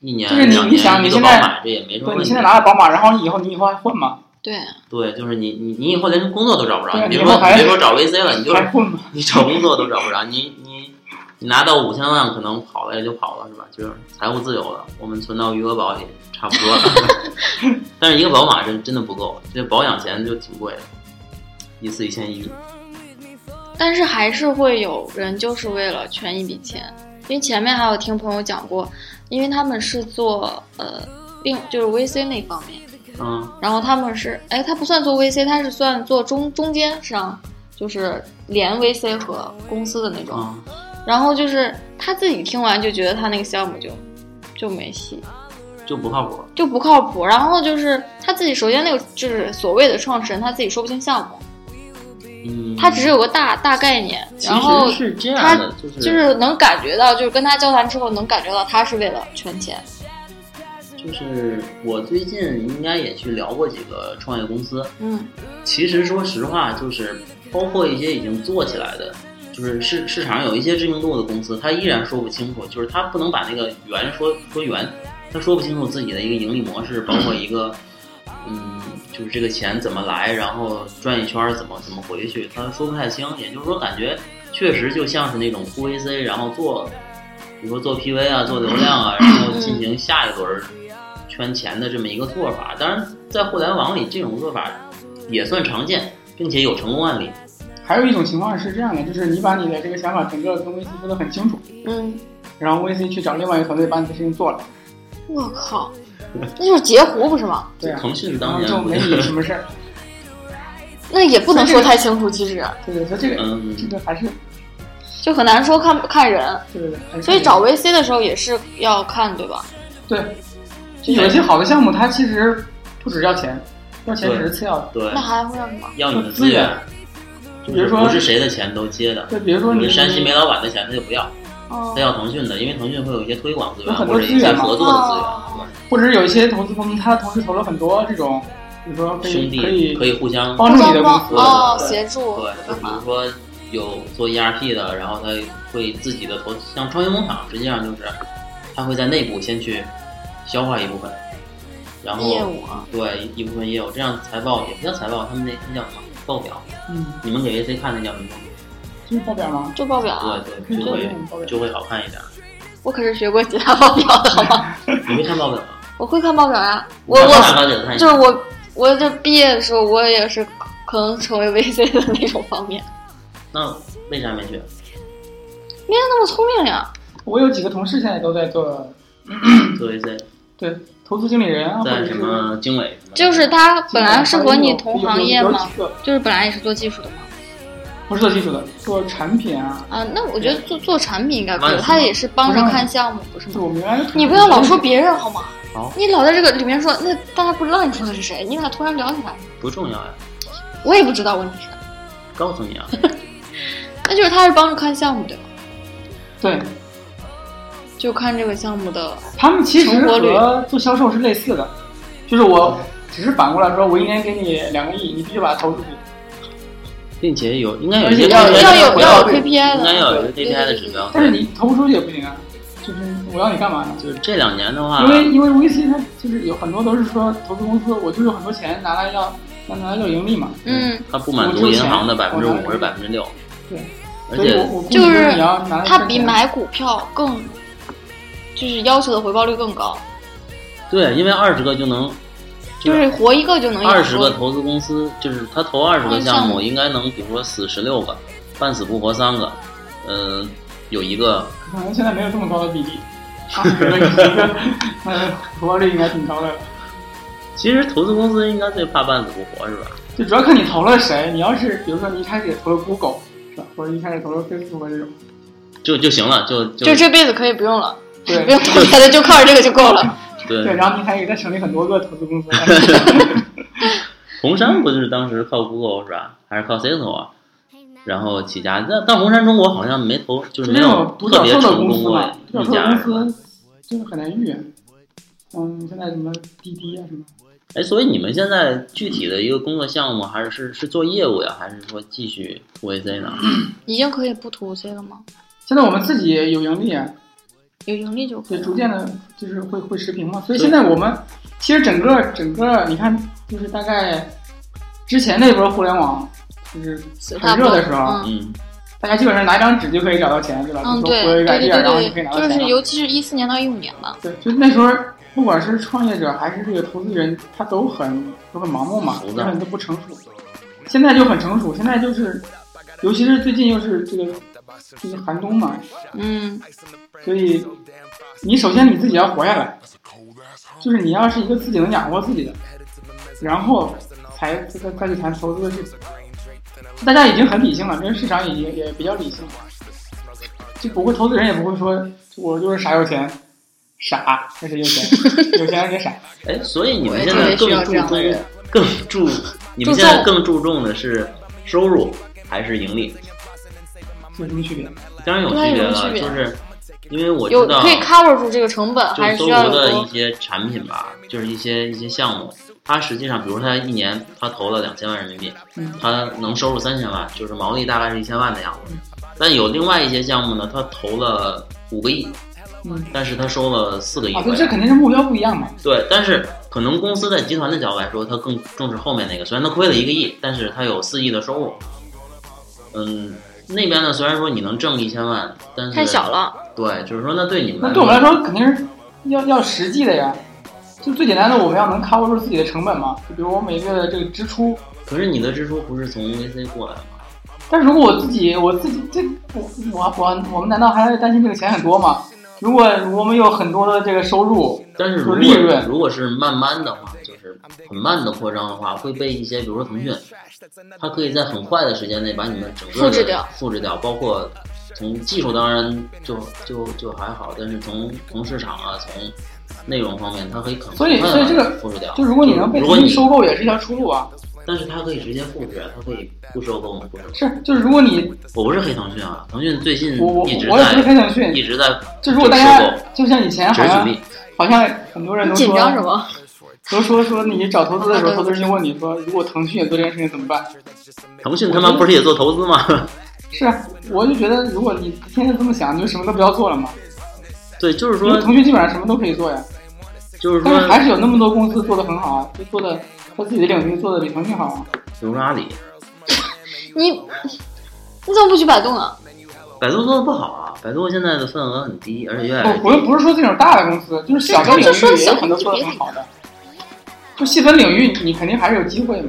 B: 一年
C: 就是你
B: 两
C: 你想
B: 年一
C: 你
B: 个
C: 现
B: 宝
C: 在
B: 马，这也没什么
C: 对
B: 问
C: 你
B: 题。
C: 现在拿了宝马，然后以后你以后还混吗？
A: 对
B: 对，就是你你你以后连工作都找不着，
C: 对
B: 你别
C: 你
B: 说
C: 以后还
B: 你别说找 VC 了，你就
C: 还
B: 是
C: 混吗？
B: 你找工作都找不着，你你你拿到五千万，可能跑了也就跑了，是吧？就是财务自由了，我们存到余额宝里差不多了。 但是一个宝马真真的不够，这保养钱就挺贵的，一次一千一。
A: 但是还是会有人就是为了圈一笔钱，因为前面还有听朋友讲过，因为他们是做呃另就是 VC 那方面，
B: 嗯，
A: 然后他们是哎他不算做 VC，他是算做中中间商，就是连 VC 和公司的那种。
B: 嗯
A: 然后就是他自己听完就觉得他那个项目就就没戏，
B: 就不靠谱。
A: 就不靠谱。然后就是他自己首先那个就是所谓的创始人他自己说不清项目，
B: 嗯，
A: 他只是有个大大概念，
B: 其
A: 然后
B: 实是这样的，就是
A: 就是能感觉到，就是跟他交谈之后能感觉到他是为了圈钱。
B: 就是我最近应该也去聊过几个创业公司，
A: 嗯，
B: 其实说实话，就是包括一些已经做起来的，就是市市场上有一些知名度的公司，他依然说不清楚，就是他不能把那个圆说说圆，他说不清楚自己的一个盈利模式，包括一个嗯，就是这个钱怎么来，然后转一圈儿怎么怎么回去，他说不太清。也就是说，感觉确实就像是那种铺 VC，然后做，比如说做 PV 啊，做流量啊，然后进行下一轮儿圈钱的这么一个做法。当然，在互联网里这种做法也算常见，并且有成功案例。
C: 还有一种情况是这样的，就是你把你的这个想法整个跟 VC 说的很清楚，
A: 嗯，
C: 然后 VC 去找另外一个团队把你的事情做了。
A: 嗯 我靠，那就是截胡不是吗？
C: 对啊，
B: 腾讯
C: 然
B: 当
C: 后
B: 年
C: 就
B: 不
C: 没你什么事儿。
A: 那也不能
C: 所以
A: 说
C: 这个
A: 太清楚，其实
C: 对对，所以这个
B: 嗯
C: 这个还是
A: 就很难说看看人。
C: 对对对，
A: 所以找 VC 的时候也是要看，对吧？
C: 对，就有一些好的项目，它其实不只要钱，要钱只是次要的。
B: 对
A: 那，还会要什么？
B: 要你的
C: 资
B: 资
C: 源
B: 源，
C: 比如说
B: 不是谁的钱都接的。
C: 就比如说
B: 你
C: 你
B: 们山西煤老板的钱他就不要，
A: 哦
B: 他，要腾讯的，因为腾讯会有一些推广资源
C: 有很
B: 或
C: 多
B: 者
C: 资
B: 一些
C: 源嘛
B: 合作的资
A: 哦
B: 源，
C: 或者是有一些投资公司，他同时投了很多这种，比如说可
B: 对兄
C: 以可
B: 弟可
C: 以
B: 以互相
C: 帮助你的公司，
B: 对
A: 哦，
C: 对
A: 协助
B: 对，就
A: 干
B: 比
A: 嘛
B: 如说有做 ERP 的，然后他会自己的投，像创业工厂，实际上就是他会在内部先去消化一部分，然后
A: 业务啊？
B: 对一部分业务，这样财报也不叫财报，他们那那叫什么报表？
C: 嗯，
B: 你们给 VC 看那叫什么东西？
C: 这是报表吗？
A: 就报表啊，
B: 对对，就
C: 报
B: 会
C: 表
B: 就会好看一点。
A: 我可是学过其他报表的，好吗？
B: 你会看报表吗？
A: 我会看报表呀、我
B: 你看
A: 我
B: 报表就看一
A: 就
B: 下
A: 是我我这毕业的时候，我也是可能成为 VC 的那种方面，
B: 那为啥 没去？
A: 没有那么聪明呀。
C: 我有几个同事现在都在做
B: 做 VC
C: 对投资经理人啊，或
B: 在
C: 者
B: 什么经纬什么的？
A: 就是他本来是
C: 是
A: 和你同行业嘛，？
C: 嗯有有有有几个
A: 就是本来也是做技术的嘛。
C: 不是做技术的，做产品啊。
A: 啊，那我觉得做做产品应该不
B: 那
A: 是，
B: 是
A: 他也是帮
C: 嗯
A: 着看项目，不是
C: 就
A: 吗？
C: 我们原来
A: 你不要老说别人好吗
C: 嗯
B: 好？
A: 你老在这个里面说，那大家不知道你说的是谁，你咋突然聊起来？
B: 不重要呀，
A: 我也不知道，问题是，
B: 告诉你啊，
A: 那就是他是帮着看项目对吧？
C: 对
A: 就看这个项目的
C: 他们其实
A: 成活率
C: 和做销售是类似的，就是我只是反过来说，我一年给你两个亿，你必须把它投出去。
B: 并且有应该有
C: 而
B: 一
C: 且
B: 些
A: 要
C: 对
A: 要有
C: 对
A: 要有
C: 对
A: KPI
B: 应该
A: 的，
B: 要有一个 KPI 的指标。
C: 但是你投不出去也不行啊，就是我要你干嘛呢？
B: 就是这两年的
A: 啊
B: 话
C: 因，为因为 VC 它就是有很多都是说投资公司，我就是有很多钱拿来要要拿来要盈利嘛，
A: 嗯，
B: 它不满足银行的百分之五是百分之六，
C: 对，
B: 而
C: 所以我
B: 且
C: 我估计
A: 就是
C: 是你要拿来
A: 它
C: 挣
A: 比
C: 钱
A: 买股票更，就是要求的回报率更高，
B: 对，因为二十个就能
A: 就是活一个就能有
B: 二十个投资公司，就是他投二十个项
A: 嗯项目
B: 目，应该能比如说死十六个，半死不活三个，呃，有一个
C: 可能现在没有这么高的比例， 二十个一个，呃，回报率应该挺高的了。
B: 其实投资公司应该最怕半死不活，是吧？
C: 就 主要看你投了谁。你要是比如说你一开始也投了 Google 是吧，或者一开始投了 Facebook 这种，
B: 就就行了，就就
A: 就这辈子可以不用了，不
C: 对
A: 用投别的，就靠着这个就够了。
C: 对，
B: 对。
C: 然后你还给他成立很多个投资公司，但是
B: 红杉不就是当时靠 Google 是吧？还是靠 Cisco 啊？然后起家，但但红杉中国好像没投，就是 没
C: 那种
B: 有
C: 独
B: 特
C: 角
B: 别
C: 兽的
B: 成
C: 公司
B: 功
C: 嘛
B: 的，
C: 独
B: 一
C: 角兽
B: 家是
C: 的
B: 吧
C: 公司就是很难遇。嗯，现在什么滴滴啊什么，
B: 哎，所以你们现在具体的一个工作项目，还是是是做业务呀，还是说继续做 VC 呢？
A: 已经可以不投 C 了吗？
C: 现在我们自己有盈利啊，
A: 有盈利就可
C: 对，
A: 以了
C: 逐。渐的就是会会持平嘛。所以现在我们其实整个整个你看，就是大概之前那波互联网就是
A: 死
C: 很热的时候
A: 嗯
B: 嗯，
C: 大家基本上拿一张纸就可以找到钱，对吧？
A: 嗯，
C: 就说
A: 对
C: 我有
A: 对
C: 一个
A: 对
C: idea，然后你
A: 对
C: 可
A: 对
C: 以拿，到
A: 就
C: 钱
A: 是
C: 了。
A: 尤其是一四年到一五年吧，
C: 对，就那时候，不管是创业者还是这个投资人，他都很都很盲目嘛，
B: 浮
C: 基
B: 躁
C: 本都不成熟。现在就很成熟，现在就是，尤其是最近又是这个这个寒冬嘛，
A: 嗯，
C: 所以你首先你自己要活下来，就是你要是一个自己能养活自己的，然后才再再再去谈投资的事情。大家已经很理性了，这个市场已经也比较理性了，就不会投资人也不会说我就是傻有钱，傻那是有钱，有钱而且傻。
B: 哎，所以你
A: 我
B: 们
A: 也
B: 现
A: 特
B: 在
A: 别需
B: 更
A: 要这
B: 注
A: 样的
B: 重
A: 人。
B: 更注，你们
A: 注
B: 现在
A: 重
B: 更注重的是收入还是盈利？
C: 有什么区别？
B: 当然有
A: 对
B: 区别
A: 有
B: 了，
A: 区别
B: 就是因为我
A: 有
B: 知道
A: 可以 cover 住这个成本，
B: 就
A: 还
B: 是
A: 是
B: 搜
A: 需要有
B: 狐的一
A: 多
B: 些产品吧，就是一些一些项目，它实际上，比如说它一年它投了两千万人民币
C: 嗯，
B: 它能收入三千万，就是毛利大概是一千万的样子。但有另外一些项目呢，它投了五个亿，
C: 嗯，
B: 但是它收了四个亿
C: 啊，
B: 回
C: 就
B: 来。
C: 这肯定是目标不一样嘛。
B: 对，但是可能公司在集团的角度来说，它更重视后面那个。虽然它亏了一个亿，但是它有四亿的收入。嗯，那边呢，虽然说你能挣一千万，但是
A: 太小。了，
B: 对，就是说，那对你们
C: 那
B: 来
C: 对
B: 说
C: 我们来说肯定是要要实际的呀。就最简单的，我们要能 cover 住自己的成本嘛。就比如我每个月的这个支出，
B: 可是你的支出不是从 VC 过来的吗？
C: 但是如果我自己，我自己这我我我我们难道还要担心这个钱很多吗？如果我们有很多的这个收入，
B: 但是如果
C: 利润
B: 如果是慢慢的话，就是很慢的扩张的话，会被一些比如说腾讯，它可以在很快的时间内把你们整个的
A: 复制掉，
B: 复制掉，包括从技术当然就就就还好，但是从从市场啊，从内容方面，它可以很
C: 所以
B: 很
C: 所以
B: 快
C: 这
B: 地
C: 个
B: 复制掉。
C: 就如果你能被
B: 如果
C: 腾讯
B: 你
C: 收购，也是一条出路啊。
B: 但是它可以直接复制，啊它可以不收购吗？不收购。
C: 是，就是如果你
B: 我不是黑腾讯啊，腾讯最近
C: 我我
B: 一直
C: 我也不是黑
B: 在
C: 腾
B: 一
C: 讯，
B: 直在
C: 就如果大
B: 收
C: 家
B: 购
C: 就像以前好
B: 只举
C: 像
B: 例，
C: 好像很多人都说
D: 紧张什嗯么？
C: 都说说你找投资的时候，投资人就问你说，如果腾讯也做这件事情怎么办？
B: 腾讯他妈不是也做投资吗？
C: 是啊，我就觉得如果你天天这么想，你就什么都不要做了嘛。
B: 对，就是
C: 因为
B: 说，
C: 腾讯基本上什么都可以做呀，
B: 就是
C: 但是
B: 说，
C: 还是有那么多公司做的很好啊，就做的在自己的领域做的比腾讯好啊。
B: 比如说阿里，
A: 你你怎么不去百啊度呢？
B: 百度做的不好啊，百度现在的份额很低，而且越来越
C: 哦不，不是
B: 低。
C: 不是说这种大的公司，就是小的领
A: 就说
C: 域也
A: 小
C: 有很多做的很好的。就细分领域，你肯定还是有机会的，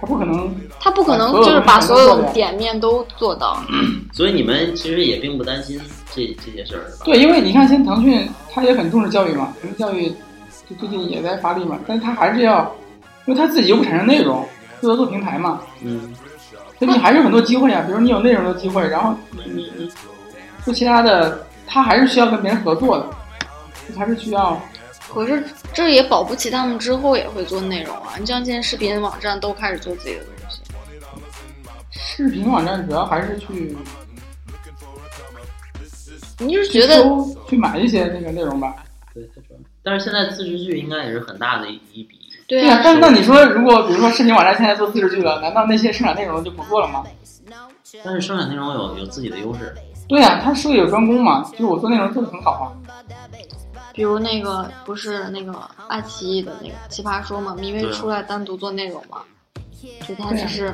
C: 它不可能。
A: 他不可能就是把所有点面都做到。
C: 嗯
B: 所以你们其实也并不担心这这些事儿，是吧？
C: 对，因为你看，现在腾讯它也很重视教育嘛，腾讯教育就最近也在发力嘛，但是它还是要，因为它自己又不产生内容，就要做平台嘛，
B: 嗯，
C: 所以你还是有很多机会啊。比如你有内容的机会，然后你你你做其他的，它还是需要跟别人合作的，还是需要。
A: 可是这也保不齐他们之后也会做内容啊！你像现在视频网站都开始做自己的东西，
C: 视频网站主要还是去
A: 你就是
C: 去
A: 觉得
C: 搜去买一些那个内容吧。
B: 对，它主要。但是现在自制剧应该也是很大的一一笔，
A: 对
C: 对呀、
A: 啊，
C: 但是那你说，如果比如说视频网站现在做自制剧了，难道那些生产内容就不做了吗？
B: 但是生产内容有有自己的优势，
C: 对呀、他术业有专攻嘛，就是我做内容做的很好啊。
A: 比如那个不是那个爱奇艺的那个《奇葩说》嘛，米未
B: 对啊
A: 出来单独做内容嘛，就他
C: 对啊
A: 只是，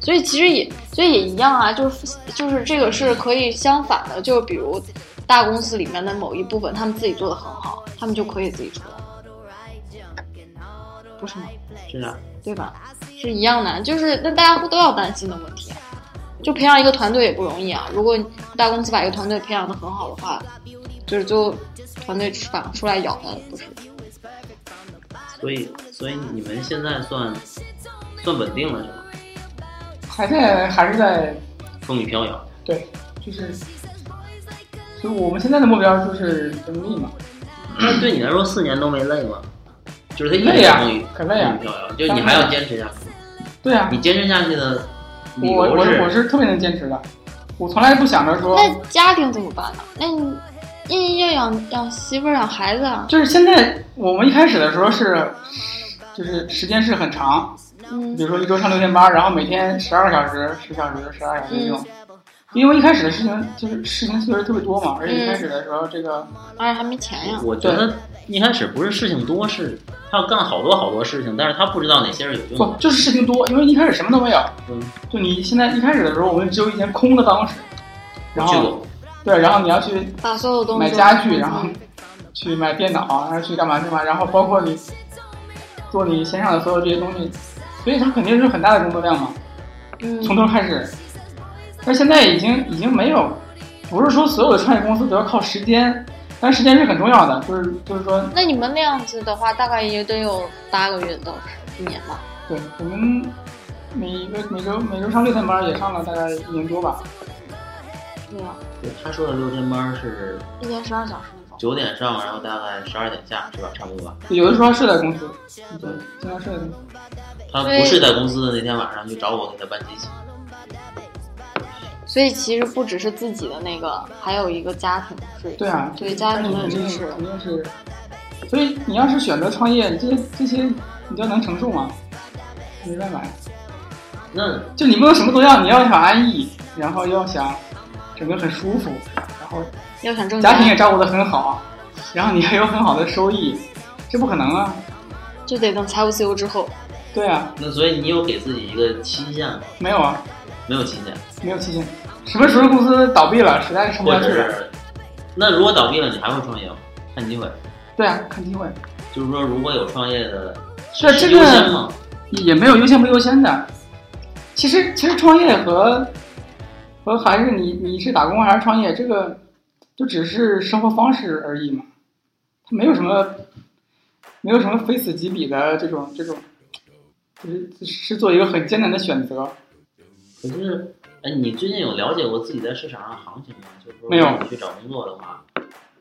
A: 所以其实也所以也一样啊，就是就是这个是可以相反的，就比如大公司里面的某一部分，他们自己做的很好，他们就可以自己出来，不是吗？
B: 是啊。
A: 对吧？是一样的，就是那大家都要担心的问题啊。就培养一个团队也不容易啊。如果大公司把一个团队培养的很好的话，就是就团队反过出来咬他，不是？
B: 所以所以你们现在算算稳定了是吧？
C: 还在还是在
B: 风雨飘摇，
C: 对，就是，就我们现在的目标就是盈利嘛。
B: 那对你来说四年都没累吗？就是它一
C: 累
B: 直
C: 呀
B: 风雨
C: 很累呀啊
B: 风雨飘摇，就是你还要坚持下去。
C: 对啊，
B: 你坚持下去的嗯理
C: 我我
B: 由
C: 我是特别能坚持的，我从来不想着说，
A: 那家庭怎么办呢？那你你要养养媳妇儿养孩子啊，
C: 就是现在我们一开始的时候是，就是时间是很长，
A: 嗯
C: 比如说一周上六天班，然后每天十二个小时、十小时、十二小时这种。因为一开始的事情就是事情确实特别多嘛，而且一开始的时候，这个、
A: 而且还没钱呀。
B: 我觉得一开始不是事情多，是他要干好多好多事情，但是他不知道哪些是有用
C: 不
B: 的。
C: 就是事情多，因为一开始什么都没有。
B: 嗯，
C: 就你现在一开始的时候，我们只有一间空的办公室，然
B: 去
C: 后
B: 过，
C: 对，然后你要去
A: 把所有东西
C: 买家具，然后去买电脑，然后去干嘛去嘛，然后包括你做你线上的所有这些东西，所以它肯定是很大的工作量嘛，
A: 嗯，
C: 从头开始。但现在已经已经没有，不是说所有的创业公司都要靠时间，但时间是很重要的，就是就是说，
A: 那你们那样子的话，大概也得有八个月到一年吧。
C: 对我们每一个每周每周上六天班，也上了大概一年多吧，
A: 对啊，
B: 对他说的六天班是
A: 一天十二小时那种。
B: 九点上，然后大概十二点下，是吧？差不多吧。
C: 有的时候还睡在公司，
B: 对，
C: 经常睡在公司。
B: 他不是在公司的那天晚上就找我给他办机器。
A: 所以其实不只是自己的那个，还有一个家庭是。
C: 对啊，
A: 对家庭的
C: 肯
A: 支
C: 定
A: 持
C: 肯定是。所以你要是选择创业，你这些这些你都能承受吗？没办法呀，
B: 那
C: 就你不能什么都要，你要想安逸，然后要想整个很舒服，然后
A: 要想挣
C: 家庭也
A: 钱，
C: 照顾得很好，然后你还有很好的收益，这不可能啊！
A: 就得等财务自由之后。
C: 对啊，
B: 那所以你有给自己一个期限吗？
C: 没有啊，
B: 没有期限，
C: 没有期限。什么时候公司倒闭了，实在是撑不
B: 或
C: 下
B: 者
C: 去了，
B: 是那如果倒闭了，你还会创业吗？看机会，
C: 对啊，看机会。
B: 就是说如果有创业的，
C: 对这
B: 是
C: 个
B: 优先吗？
C: 也没有优先不优先的。其实，其实创业和和还是你你是打工还是创业，这个就只是生活方式而已嘛，它没有什么，没有什么非此即彼的这种这种，就是是做一个很艰难的选择。
B: 可是，哎，你最近有了解过自己在市场上行情吗？就是说，
C: 没有
B: 你去找工作的话，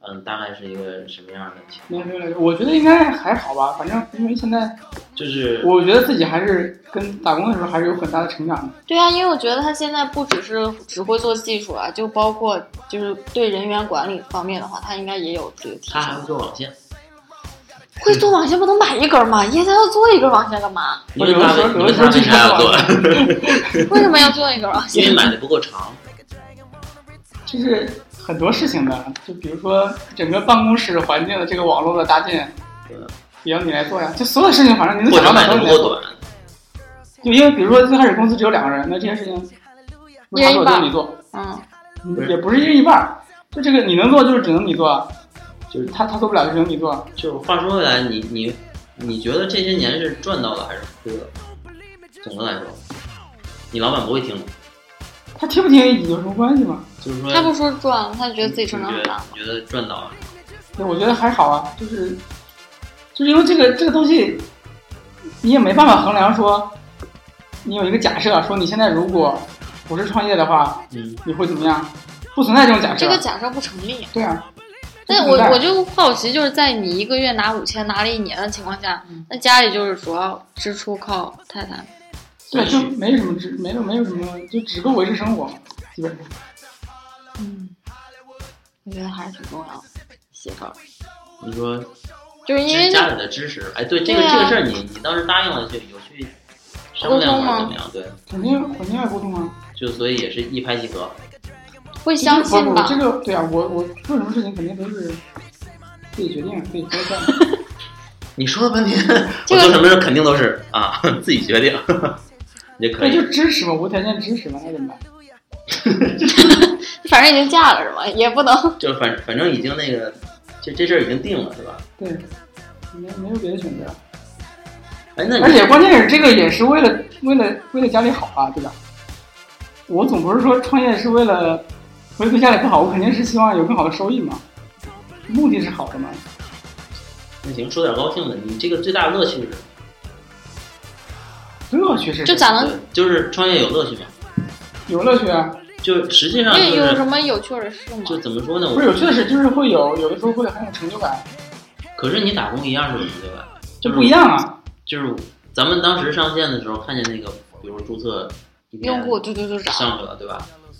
B: 嗯，大概是一个什么样的情
C: 没有
B: 况？
C: 没有没有，我觉得应该还好吧，反正因为现在
B: 就是
C: 我觉得自己还是跟打工的时候还是有很大的成长的。
A: 对啊，因为我觉得他现在不只是只会做技术啊，就包括就是对人员管理方面的话，他应该也有这个提
B: 他还会
A: 升。
B: 做网线，
A: 会做网线不能买一根儿吗？一天要做一根网线干 嘛？
B: 因为
C: 有的
B: 他
C: 时候
B: 为因
C: 有
B: 为
C: 的时
B: 他
C: 候
B: 为
C: 经
B: 啥要
C: 常
B: 做？
A: 为什么要做一根网
B: 因为
A: 线？
B: 买的不够长。
C: 就是很多事情的，就比如说整个办公室环境的这个网络的搭建
B: 对，
C: 也要你来做呀。就所有事情，反 正你能
B: 或
C: 想
B: 者
C: 到
B: 买
C: 的
B: 的
C: 都是
B: 不
C: 你来
B: 够
C: 做。
B: 短，
C: 就因为比如说最开始公司只有两个人，那这些事情
A: 一人一
C: 他
A: 半
C: 做就你做，
A: 嗯，
B: 对
C: 也不是一人一半儿，就这个你能做就是只能你做啊，就是他他做不了就只能你做。啊
B: 就话说回来，你你你觉得这些年是赚到了还是亏了？总的来说，你老板不会听，
C: 他听不听有什么关系吗？
B: 就是说
A: 他不说赚了，他觉得自己成长
B: 你
A: 很
B: 觉得
A: 大。
B: 你觉得赚到了，
C: 对，我觉得还好啊，就是就是因为这个这个东西，你也没办法衡量说，你有一个假设啊说你现在如果不是创业的话，
B: 嗯，
C: 你会怎么样？不存在这种假设。啊
A: 这个假设不成立。
C: 对啊，
A: 但
C: 不
A: 我
C: 存在
A: 我就好奇，就是在你一个月拿五千，拿了一年的情况下
C: 嗯，
A: 那家里就是主要支出靠太太。
C: 对就没什么只没有没有什么，就只够维持生活，基本上。
A: 嗯，我觉得还是挺重要的，媳妇儿，
B: 你说
A: 就是因为
B: 是
A: 那
B: 家里的支持，哎，对这个
A: 对啊
B: 这个事儿，你你当时答应了，就有去商量
A: 沟通
B: 过
A: 吗
B: 怎么样？对，
C: 肯定肯定要沟通啊！
B: 就所以也是一拍即合。
A: 会相信吧
C: 不不，这个对啊，我我做什么事情肯定都是自己决定，自己说了算。
B: 你说了半天，
A: 这
B: 我
A: 个
B: 做什么事儿肯定都是啊， 自己决定也可
C: 对，就
B: 以。
C: 支持嘛，无条件支持嘛，那怎么办？
A: 反正已经嫁了是吧？也不能
B: 就反反正已经那个，这这事儿已经定了是吧？
C: 对，没没有别的选择。啊
B: 哎，那
C: 而
B: 你
C: 且关键是这个也是为了为了为了家里好啊，对吧？我总不是说创业是为了为了对家里更好，我肯定是希望有更好的收益嘛，目的是好的嘛。
B: 那行，说点高兴的，你这个最大的乐趣是什么？
C: 乐趣是
A: 就咋能
B: 对就是创业有乐趣吗？
C: 有乐趣啊？
B: 就实际上
A: 那
B: 就
A: 有什
B: 是
A: 么有趣的事吗？
B: 就怎么说呢？
C: 不
B: 我
C: 是有趣的事，就是会有有的时候会很有成就感，
B: 可是你打工一样是有成就感，就
C: 就
B: 是
C: 不一样啊。
B: 就是咱们当时上线的时候看见那个，比如注册一天
A: 用户嘟嘟嘟涨，
B: 上去了，对吧？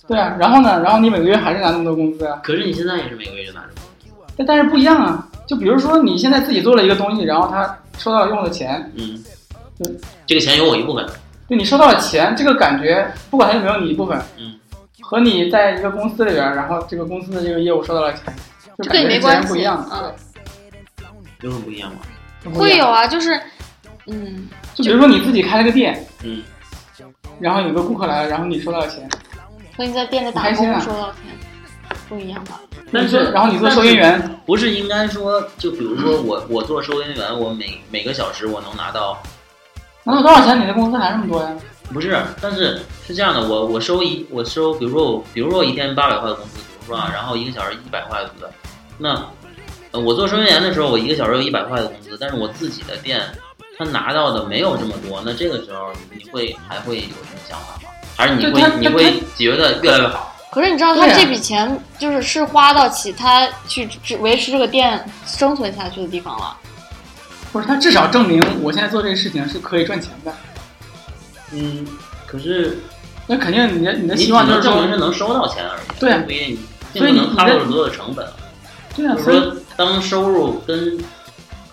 C: 对啊，然后呢，然后你每个月还是拿那么多工资啊，
B: 可是你现在也是每个月就拿着，
C: 但但是不一样啊。就比如说你现在自己做了一个东西，然后他收到了用户的钱，
B: 嗯
C: 嗯，
B: 这个钱有我一部分，
C: 对你收到了钱，这个感觉不管他有没有你一部分，
B: 嗯，
C: 和你在一个公司里边儿，然后这个公司的这个业务收到了钱，就
A: 这跟
C: 感
A: 你没
C: 觉是截
A: 关
C: 然不
A: 系
C: 一样的，
A: 嗯
B: 有什么不一样吗？
C: 对
A: 会有。啊，就是嗯，
C: 就比如说你自己开了个店，
B: 嗯，
C: 然后有个顾客来了，然后你收到了钱，
A: 和你在店里打
C: 开心
A: 工
C: 啊
A: 收到钱不一样吧？
B: 但
C: 你
B: 是
C: 做然后你做收银员，
B: 不是应该说，就比如说我我做收银员，我每每个小时我能拿到，
C: 拿到多少钱？你的工资还这么多呀？
B: 不是，但是是这样的，我我收一我收，比如说我比如说我一天八百块的工资，比如
C: 嗯
B: 说啊，然后一个小时一百块，对不对？那呃我做收银员的时候，我一个小时有一百块的工资，但是我自己的店，他拿到的没有这么多，那这个时候你会还会有什么想法吗？还是你
C: 对他
B: 会
C: 他
B: 你会觉得越来越好？
A: 可是你知道，他
C: 对啊
A: 这笔钱就是是花到其他去只维持这个店生存下去的地方了。
C: 不是，他至少证明我现在做这个事情是可以赚钱的。
B: 嗯，可是
C: 那肯定你的你的
B: 你
C: 希望
B: 只
C: 就
B: 能证明
C: 是说，
B: 是能收到钱而已，
C: 对啊
B: 不一定并
C: 所以
B: 不
C: 你
B: 能
C: 你
B: cover
C: 的
B: 所有的成本。
C: 对啊，
B: 就是
C: 所以
B: 说，当收入跟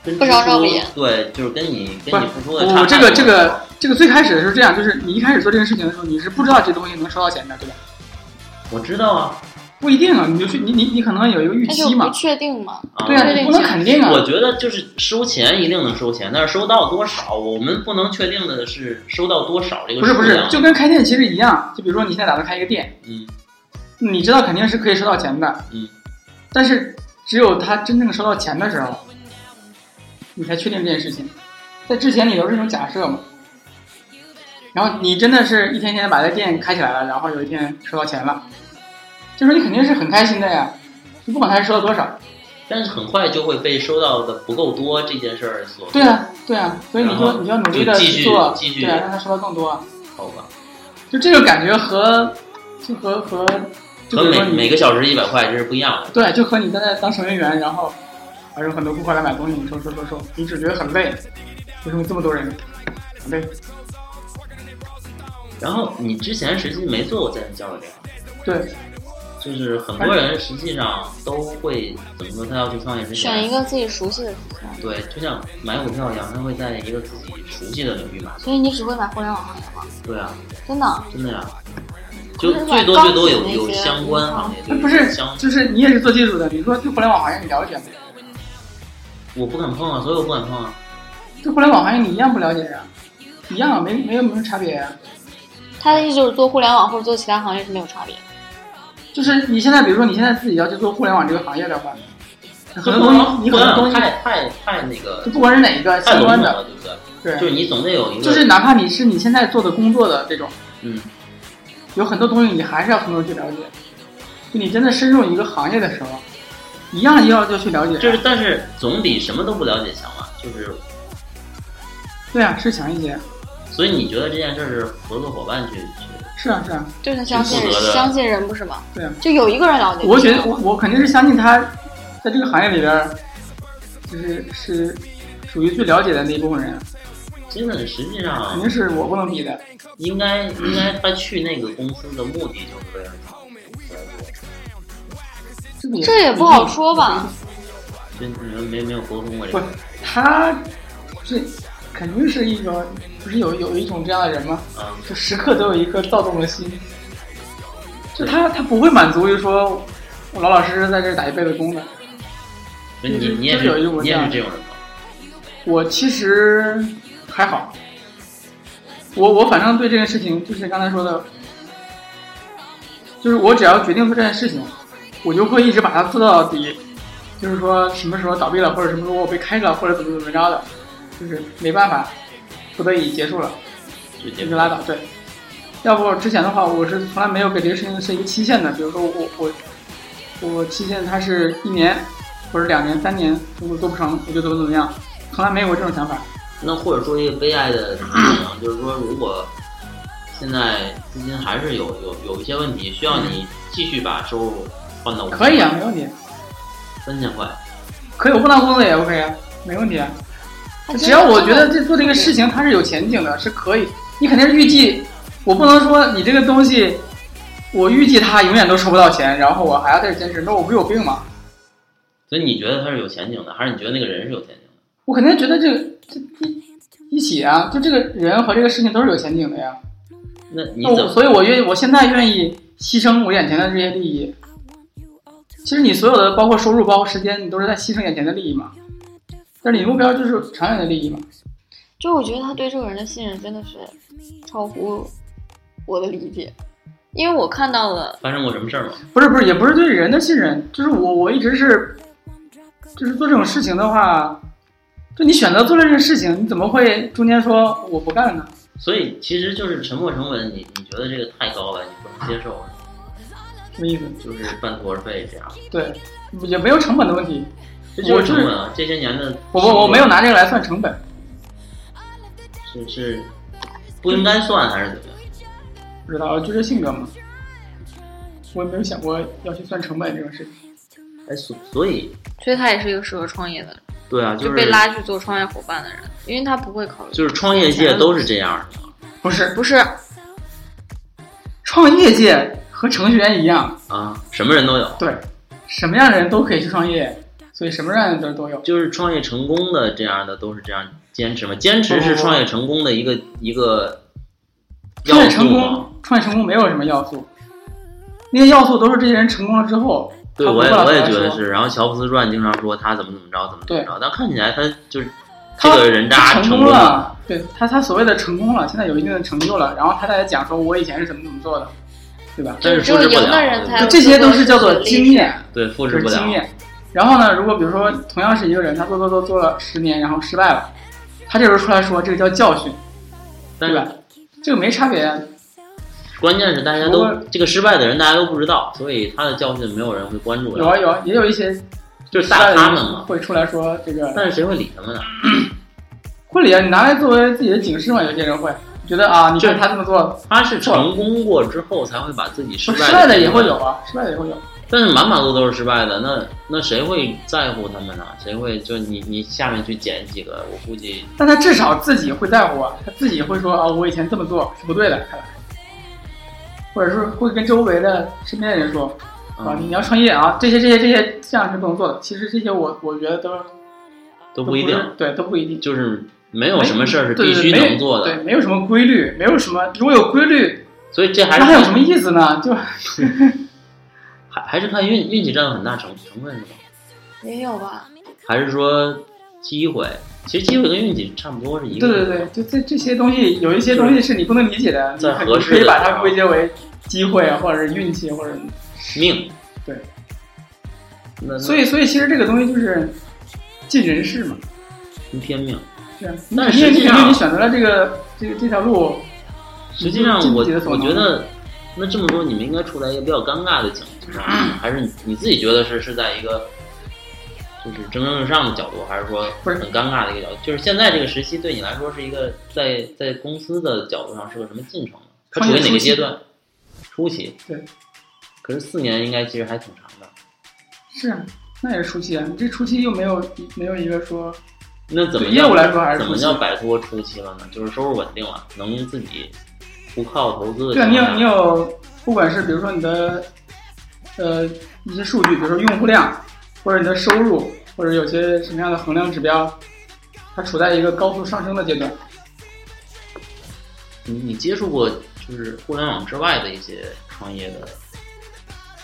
B: 跟
A: 不
B: 支
A: 着
B: 出
A: 照比
B: 对，就是跟你
C: 不
B: 跟
C: 是
B: 你付出的差太
C: 我这
B: 多了
C: 个这个这个最开始的时候这样，就是你一开始做这个事情的时候，你是不知道这东西能收到钱的，对吧？
B: 我知道啊，
C: 不一定啊，你就去你你你可能有一个预
A: 那就
C: 期
A: 不
C: 嘛，
A: 确定嘛。
B: 啊
C: 对
A: 不确
C: 啊，
A: 定
C: 你不能
A: 性
C: 肯定啊。
B: 我觉得就是收钱一定能收钱，但是收到多少，我们不能确定的是收到多少这个
C: 不是
B: 数
C: 不是
B: 量，
C: 就跟开店其实一样，就比如说你现在打算开一个店，
B: 嗯
C: 你知道肯定是可以收到钱的，
B: 嗯，
C: 但是只有他真正收到钱的时候，你才确定这件事情。在之前你都是一种假设嘛，然后你真的是一天天把这店开起来了，然后有一天收到钱了，这时候你肯定是很开心的呀，就不管他收到多少。
B: 但是很快就会被收到的不够多这件事儿所
C: 对啊，对啊，所以你
B: 然
C: 就
B: 后
C: 你就要努力的
B: 就继续
C: 去做，
B: 继续
C: 对啊，让他收到更多啊。
B: 好吧，
C: 就这个感觉和就和和就
B: 和
C: 比如
B: 每
C: 说你
B: 每个小时一百块这是不一样的。
C: 对，就和你在那当守门员，然后还有很多顾客来买东西，你收收收收，你只觉得很累，为什么这么多人？很累。
B: 然后你之前实际没做过在线交流这样，
C: 对，
B: 就是很多人实际上都会怎么说？他要去创业之前，
A: 选一个自己熟悉的股票，
B: 对，就像买股票一样，他会在一个自己熟悉的领域买。
D: 所以你只会买互联网行业吗？
B: 对啊，
D: 真的？
B: 真的呀、就最多最多有有相关行业，
C: 那
B: 就
C: 呃不是
B: 相，，
C: 就是你也是做技术的，你说对互联网行业你了解吗？
B: 我不敢碰啊，所以我不敢碰啊。
C: 对互联网行业你一样不了解呀、一样啊没没有没有差别呀、
A: 他的意思就是做互联网或者做其他行业是没有差别的。
C: 就是你现在，比如说你现在自己要去做互联网这个行业的话，很
B: 互
C: 多东
B: 联
C: 西
B: 网
C: 你很多东西，
B: 啊太太太那个
C: 就不管是哪一个
B: 太
C: 相
B: 笼
C: 关
B: 统
C: 的，
B: 了，对不对？就
C: 对，
B: 是你总得有一个，
C: 就是哪怕你是你现在做的工作的这种，
B: 嗯，
C: 有很多东西你还是要从头去了解。就你真的深入一个行业的时候，一样一样就去了解它，
B: 就是但是总比什么都不了解强嘛。就是
C: 对啊，是强一些，
B: 所以你觉得这件事儿是合作伙伴去去，
C: 是啊是啊，
A: 就是相信
B: 负责的
A: 相信人不是吗？
C: 对啊
A: 就有一个人了解。
C: 我觉得我我肯定是相信他，在这个行业里边儿，就是是属于最了解的那一部分人，
B: 真的实际
C: 肯
B: 上
C: 定是我不能比的。
B: 应该应该他去那个公司的目的就是为了
C: 这个
A: 这也不好说吧。
B: 就你们没没有沟通过这
C: 不
B: 个
C: 是，他这肯定是一种，不是有有一种这样的人吗？
B: 啊？
C: 就时刻都有一颗躁动的心，就他他不会满足于说，我老老实实在这儿打一辈子工的。
B: 所以你
C: 就是
B: 你也
C: 就是有
B: 是
C: 一种
B: 你也
C: 这
B: 是
C: 样
B: 这种人吗？
C: 我其实还好，我我反正对这件事情，就是刚才说的，就是我只要决定做这件事情，我就会一直把它做到底，就是说什么时候倒闭了，或者什么时候我被开了，或者怎么怎么着的，就是没办法，不得已结束了，
B: 就
C: 也
B: 这
C: 就拉倒。对，要不之前的话，我是从来没有给这个事情是一个期限的，比如说我我我期限它是一年或者两年、三年，如果做不成，我就怎么怎么样，从来没有过这种想法。
B: 那或者说一个悲哀的可能，就是说，如果现在资金还是有有有一些问题，需要你继续把收入换到
C: 嗯可以啊，，没问题，
B: 三千块，
C: 可以，我不当工作也 OK 啊，没问题啊。
A: 他真的
C: 只要我觉得这做这个事情它是有前景的，是可以。你肯定是预计，我不能说你这个东西，我预计它永远都收不到钱，然后我还要在这坚持，那我不是有病吗？
B: 所以你觉得它是有前景的，还是你觉得那个人是有前景的？
C: 我肯定觉得这个这一一起啊，就这个人和这个事情都是有前景的呀。
B: 那你
C: 那
B: 怎
C: 哦我
B: 么？
C: 所以，我愿我现在愿意牺牲我眼前的这些利益。其实你所有的，包括收入，包括时间，你都是在牺牲眼前的利益嘛。但是你的目标就是长远的利益嘛。
A: 就我觉得他对这个人的信任真的是超乎我的理解，因为我看到了
B: 发生过什么事儿吗？
C: 不是不是，也不是对人的信任，就是我我一直是，就是做这种事情的话，就你选择做这件事情，你怎么会中间说我不干呢？
B: 所以其实就是沉没成本，你你觉得这个太高了，你不能接受，
C: 什么意思？
B: 就是半途而废这样，
C: 对，也没有成本的问题。
B: 这就是
C: 我是
B: 成本啊！这些年的
C: 我我我没有拿这个来算成本，
B: 是是不应该算还是怎么样？
C: 不知道就这性格嘛。我也没有想过要去算成本这种事情。
B: 哎，所所以
A: 所以他也是一个适合创业的人，
B: 对啊，
A: 就是被拉去做创业伙伴的人，因为他不会考虑。
B: 就是创业界都是这样的。
C: 不是，
A: 不是，
C: 创业界和程序员一样，
B: 啊，什么人都有。
C: 对，什么样的人都可以去创业，所以什么样的人都都有。
B: 就是创业成功的这样的都是这样坚持嘛，坚持是创业成功的一个一个要
C: 创业
B: 素嘛。
C: 成功，创业成功没有什么要素，那些要素都是这些人成功了之后，
B: 对，
C: 他
B: 我也
C: 回过来
B: 我也
C: 才
B: 觉得
C: 说
B: 是。然后乔布斯传经常说他怎么怎么着，怎么怎么
C: 对
B: 着，但看起来他就是这
C: 他
B: 个人
C: 他
B: 渣
C: 成
B: 成
C: 功
B: 了，
C: 了，对他他所谓的成功了，现在有一定的成就了，然后他再来讲说我以前是怎么怎么做的，对吧？
A: 就
B: 但
A: 是
B: 是
A: 只
B: 复
A: 有
B: 制不
A: 赢的人
B: 了，
A: 才
C: 就
A: 有
B: 对
C: 这些都是叫做经验，
B: 对，复
C: 就
B: 制
C: 是
B: 不
C: 经
B: 了。
C: 验。然后呢，如果比如说同样是一个人，他做做做做了十年，然后失败了，他这时候出来说这个叫教训，
B: 但
C: 对吧
B: 是
C: 这个没差别啊。
B: 关键是大家都这个失败的人大家都不知道，所以他的教训没有人会关注
C: 有
B: 的。
C: 啊有啊，也有一些
B: 就是
C: 失败
B: 大
C: 的
B: 咖
C: 人
B: 们嘛，
C: 会出来说这个
B: 但是谁会理他们呢？
C: 婚礼啊，你拿来作为自己的警示嘛，有些人会觉得啊，你
B: 就
C: 看他这么做，
B: 他是成功过之后才会把自己失
C: 不
B: 败
C: 失败的也
B: 经
C: 会
B: 历
C: 有啊，失败的也会有。
B: 但是满马路都是失败的，那那谁会在乎他们呢？谁会就你你下面去捡几个？我估计
C: 但他至少自己会在乎啊，他自己会说啊，我以前这么做是不对的，看来，或者是会跟周围的身边的人说啊，
B: 嗯
C: 你要创业啊，这些这些这些这样是不能做的。其实这些我我觉得都
B: 都
C: 都
B: 不一
C: 是
B: 定，
C: 对，都不一定。
B: 就是没有什么事儿是
C: 对
B: 必
C: 对
B: 须
C: 没有
B: 能做的，
C: 对，没有什么规律，没有什么，如果有规律，
B: 所以这还
C: 那
B: 是
C: 还有什么意思呢？就
B: 还还是看运运气占了很大成成分是吧？
A: 也有吧。
B: 还是说机会？其实机会跟运气差不多是一个。
C: 对对对，就这这些东西，有一些东西是你不能理解的，你
B: 在
C: 很
B: 合
C: 你
B: 适
C: 可以
B: 的时
C: 把它
B: 候
C: 归结为机会啊，或者是运气，或者
B: 命。
C: 对。
B: 那
C: 所以所以其实这个东西就是尽人事嘛，
B: 那天命。
C: 对啊。
B: 但
C: 因为
B: 实际
C: 你因
B: 上
C: 为你选择了这个这个这条路，
B: 实际上
C: 尽
B: 我
C: 自己的所
B: 我
C: 能
B: 觉得，那这么说你们应该处在一个比较尴尬的情 情况下，还是你你自己觉得是是在一个就是蒸蒸日上的角度，还是说
C: 不是
B: 很尴尬的一个角度？就是现在这个时期对你来说是一个在在公司的角度上是个什么进程呢？它
C: 创
B: 处于
C: 业
B: 哪
C: 初
B: 个
C: 期
B: 阶段？初期。
C: 对。
B: 可是四年应该其实还挺长的。
C: 是啊，那也是初期啊，你这初期又没有没有一个说
B: 那怎么
C: 对业
B: 叫
C: 务来说还是
B: 怎
C: 初
B: 么
C: 期
B: 叫摆脱初期了呢？就是收入稳定了，能自己不靠投资的
C: 对啊，
B: 情
C: 你有
B: 况
C: 你
B: 下
C: 有，不管是比如说你的呃一些数据，比如说用户量，或者你的收入，或者有些什么样的衡量指标，它处在一个高速上升的阶段。
B: 你你接触过就是互联网之外的一些创业的，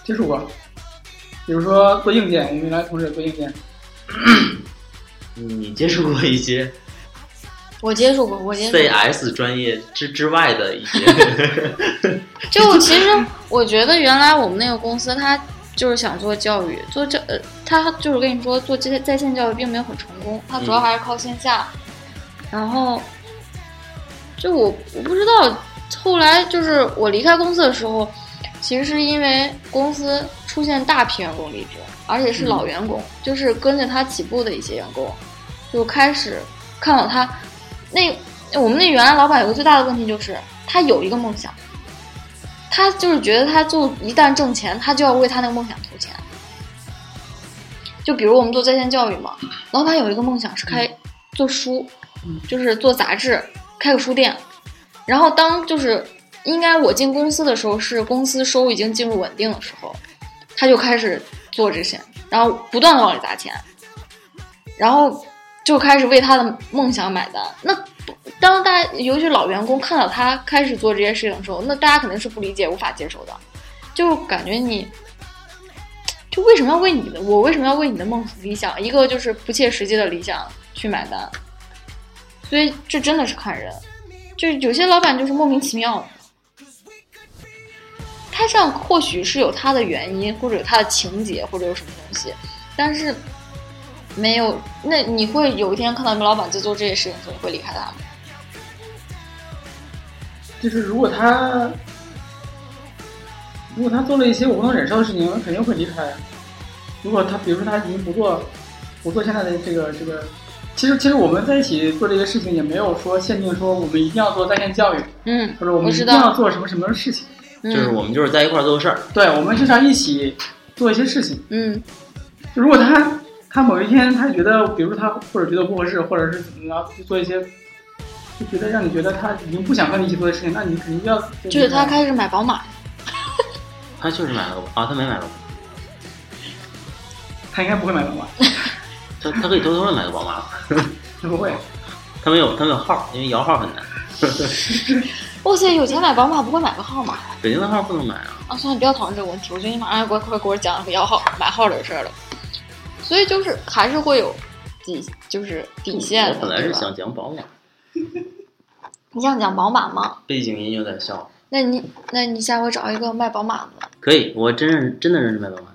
C: 接触过，比如说做硬件，我们原来同事也做硬件，
B: 你接触过一些
A: 我接触过，我接触过
B: CS 专业之之外的一 些，
A: 就其实我觉得原来我们那个公司，他就是想做教育，做教呃，他就是跟你说做这些在线教育并没有很成功，他主要
B: 嗯
A: 还是靠线下。然后，就我我不知道，后来就是我离开公司的时候，其实是因为公司出现大批员工离职，而且是老员工，就是跟着他起步的一些员工，就开始看到他那我们那原来老板有个最大的问题就是他有一个梦想，他就是觉得他就一旦挣钱，他就要为他那个梦想投钱。就比如我们做在线教育嘛，老板有一个梦想是开做书，就是做杂志，开个书店。然后当就是应该我进公司的时候，是公司收入已经进入稳定的时候，他就开始做这些，然后不断的往里砸钱，然后就开始为他的梦想买单。那当大家，尤其是老员工看到他开始做这些事情的时候，那大家肯定是不理解、无法接受的，就感觉你，就为什么要为你的我为什么要为你的梦理想，一个就是不切实际的理想去买单，所以这真的是看人，就有些老板就是莫名其妙的。他这样或许是有他的原因，或者有他的情节，或者有什么东西，但是没有。那你会有一天看到你们老板在做这些事情的时候，你会离开他吗？
C: 就是如果他如果他做了一些我不能忍受的事情，我肯定会离开。如果他比如说他已经不做不做现在的这个这个，其实其实我们在一起做这些事情也没有说限定说我们一定要做在线教育，
A: 嗯，
C: 或者我们
A: 我
C: 一
A: 知
C: 定
A: 道
C: 要做什么什么事情。
A: 嗯
B: 就是我们就是在一块儿做事儿，
C: 对，我们就是要一起做一些事情。
A: 嗯
C: 如果他他某一天他觉得，比如说他或者觉得不合适，或者是怎么着，就做一些就觉得让你觉得他已经不想和你一起做的事情，那你肯定要
A: 嗯，就是他开始买宝马，
B: 他确实买了个啊，他没买到，
C: 他应该不会买宝马，
B: 他他可以偷偷的买个宝马，
C: 他不会。
B: 他没有他没有号，因为摇号很难，
A: 哇塞，有钱买宝马不会买个号码
B: 北京的号不能买啊。
A: 啊！算了，不要讨论这个问题，哎我觉得你马上快快给我讲个要号买号的事儿了。所以就是还是会有底，就是底线
B: 我
A: 的，
B: 本来
A: 对
B: 是
A: 吧
B: 想讲宝马，
A: 你想讲宝马吗？
B: 背景音有点笑，
A: 那你那你下回找一个卖宝马的吧，
B: 可以，我真认真的认识买宝马。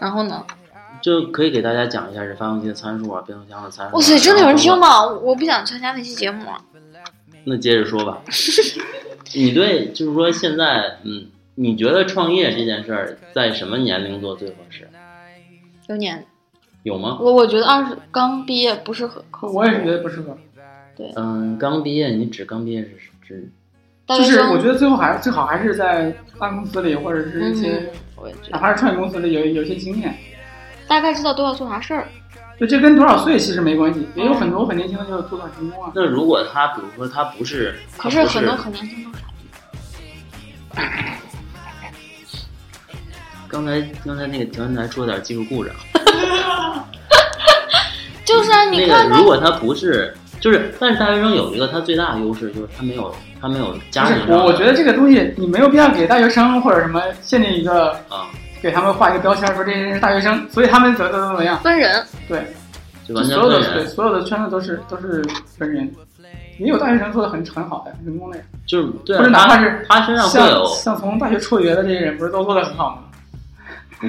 A: 然后呢？
B: 就可以给大家讲一下这发动机的参数啊，变速箱的参数、啊。
A: 哇塞，真的有人
B: 然后包括
A: 啊听吗？我不想参加那期节目。
B: 那接着说吧， 你对就是说现在，嗯，你觉得创业这件事儿在什么年龄做最合适？
A: 有年，
B: 有吗？
A: 我我觉得二十刚毕业不适合考，
C: 我也是觉得不适合。
B: 嗯，刚毕业，你指刚毕业是指
A: 大
C: 就
A: 学
C: 是
A: 生，
C: 我觉得最后还是最好还是在大公司里，或者是一些
A: 嗯，我也觉
C: 哪
A: 得
C: 怕是创业公司里有有一些经验。
A: 大概知道都要做啥事
B: 啊
A: 儿，
C: 就这跟多少岁其实没关系，也有
A: 嗯
C: 很多很年轻的就做到成功啊。
B: 那如果他比如说他不是，
A: 可
B: 他
A: 是
B: 不
A: 很多可能性都是
B: 刚才刚才那个调音台出了点技术故障。
A: 就是啊，你
B: 那
A: 看
B: 个
A: 他
B: 如果他不是，就是，但是大学生有一个他最大的优势就是他没有他没有
C: 不
B: 家
C: 是
B: 庭上
C: 我，我觉得这个东西你没有必要给大学生或者什么限定一个，
B: 啊，
C: 给他们画一个标签，说这些人是大学生，所以他们怎么怎么怎么样。
A: 分人，
C: 对，
B: 就
C: 就
B: 完全
C: 所有
B: 分
C: 的对
B: 人，
C: 所有的圈子都是都是分人，也有大学生做的很很好的很成功的呀。
B: 就是对啊，
C: 不是哪怕
B: 他
C: 是
B: 他身上会
C: 像
B: 有，
C: 像从大学辍学的这些人，不是都做的很好吗？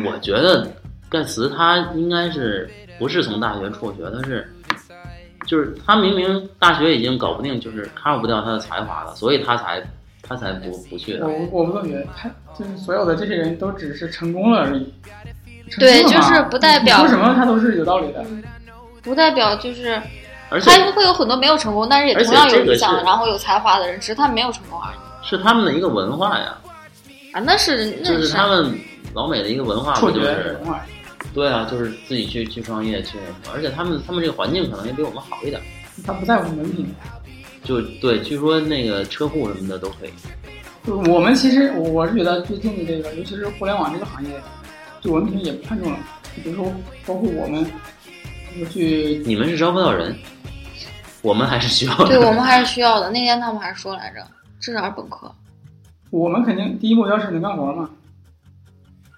B: 我觉得盖茨他应该是不是从大学辍学，他是。就是他明明大学已经搞不定，就是 cover 不掉他的才华了，所以他才他才不不去的
C: 我。我不这么觉得，他就是所有的这些人都只是成功了而已。成
A: 对
C: 功了嘛
A: 就是不代表
C: 你说什么他都是有道理的。
A: 不代表就是
B: 而且
A: 他会有很多没有成功，但是也同样
B: 而且这
A: 有
B: 个
A: 理想
B: 是
A: 的，然后有才华的人，只是他没有成功而已
B: 是他们的一个文化呀，
A: 啊，那是那
B: 就是
A: 啥
B: 他们老美的一个文化，
C: 辍
B: 不
C: 学
B: 就是
C: 文化，
B: 对啊，就是自己去去创业去那什么，而且他们他们这个环境可能也比我们好一点，
C: 他不在乎文凭。
B: 就对，据说那个车库什么的都可以。
C: 就是我们其实我我是觉得最近的这个，尤其是互联网这个行业，对文凭也不看重了。就比如说，包括我们，我去
B: 你们是招不到人，我们还是需要
A: 对
B: 的。
A: 我们还是需要的。那天他们还说来着，至少是本科。
C: 我们肯定第一目标是能干活嘛。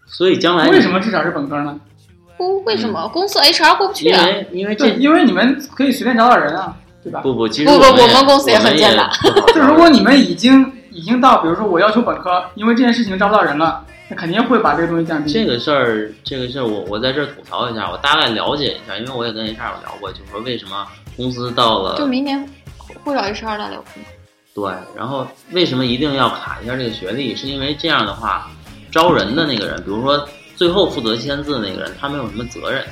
B: 所以将来
C: 为什？么至少是本科呢？
A: 不，为什么
B: 嗯
A: 公司 HR 过不去
B: 因
A: 啊？
B: 为因为
C: 对，
B: 这
C: 因为你们可以随便找找人啊，对吧？
B: 不不，其实
A: 不不
B: 我
A: 我们公司
B: 也
A: 也很艰难。
B: 我们也不好
C: 就如果你们已经已经到，比如说我要求本科，因为这件事情招不到人了，那肯定会把这个东西降低。
B: 这个事儿，这个事儿，我我在这儿吐槽一下，我大概了解一下，因为我也跟 HR 聊过，就是说为什么公司到了
A: 就明年会找 HR 来聊。
B: 对，然后为什么一定要卡一下这个学历？是因为这样的话，招人的那个人，比如说最后负责签字的那个人，他没有什么责任。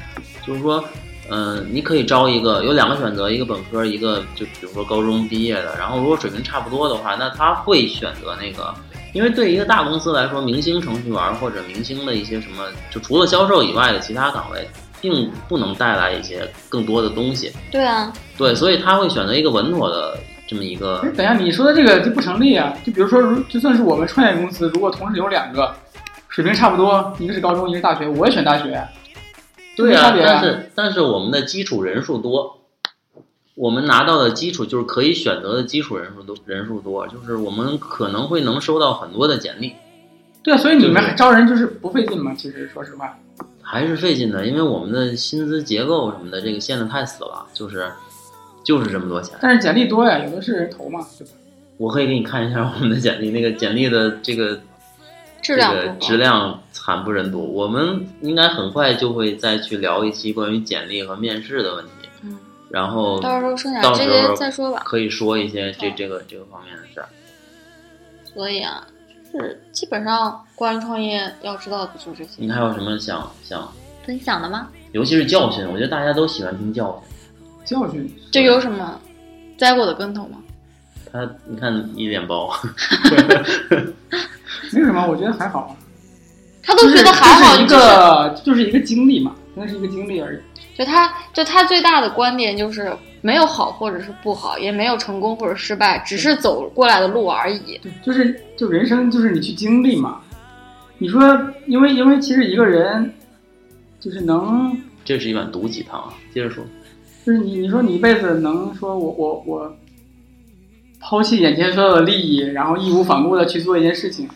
B: 就是说，嗯、你可以招一个，有两个选择，一个本科，一个就比如说高中毕业的。然后如果水平差不多的话，那他会选择那个，因为对于一个大公司来说，明星程序员或者明星的一些什么，就除了销售以外的其他岗位，并不能带来一些更多的东西。
A: 对啊，
B: 对，所以他会选择一个稳妥的这么一个
C: 不是，等一下，你说的这个就不成立啊！就比如说，如就算是我们创业公司，如果同时有两个水平差不多，一个是高中，一个是大学，我也选大学，啊
B: 对
C: 没差
B: 啊，
C: 别
B: 但是但是我们的基础人数多，我们拿到的基础就是可以选择的基础人数多，人数多，就是我们可能会能收到很多的简历，
C: 对啊，所以你
B: 对
C: 们招人就是不费劲嘛。其实说实话，
B: 还是费劲的，因为我们的薪资结构什么的，这个限得太死了，就是就是这么多钱。
C: 但是简历多呀，有的是人投嘛，对吧？
B: 我可以给你看一下我们的简历，那个简历的这个
A: 质量
B: 这个
A: 不
B: 质
A: 高。
B: 量惨不忍睹。我们应该很快就会再去聊一期关于简历和面试的问题，
A: 嗯，
B: 然后
A: 到时候剩下
B: 到
A: 这
B: 时
A: 些
B: 候
A: 再说吧。
B: 可以说一些这这个这个方面的事儿。
A: 所以啊，就是基本上关于创业要知道的就是这些。
B: 你还有什么想想？
A: 分享的吗？
B: 尤其是教训，我觉得大家都喜欢听教训。
C: 教训
A: 这有什么栽过的跟头吗？
B: 他，你看一脸包，
C: 没有什么，我觉得还好啊，
A: 他
C: 就
A: 都
C: 是
A: 觉得还好，
C: 就是一
A: 你就是
C: 个就是一个经历嘛，那是一个经历而已。
A: 就他就他最大的观点就是没有好或者是不好，也没有成功或者失败，只
C: 嗯
A: 是走过来的路而已。
C: 对，就是就人生就是你去经历嘛。你说，因为因为其实一个人就是能
B: 这是一碗毒鸡汤。啊接着说，
C: 就是你，你说你一辈子能说我我我抛弃眼前所有的利益，然后义无反顾的去做一件事情，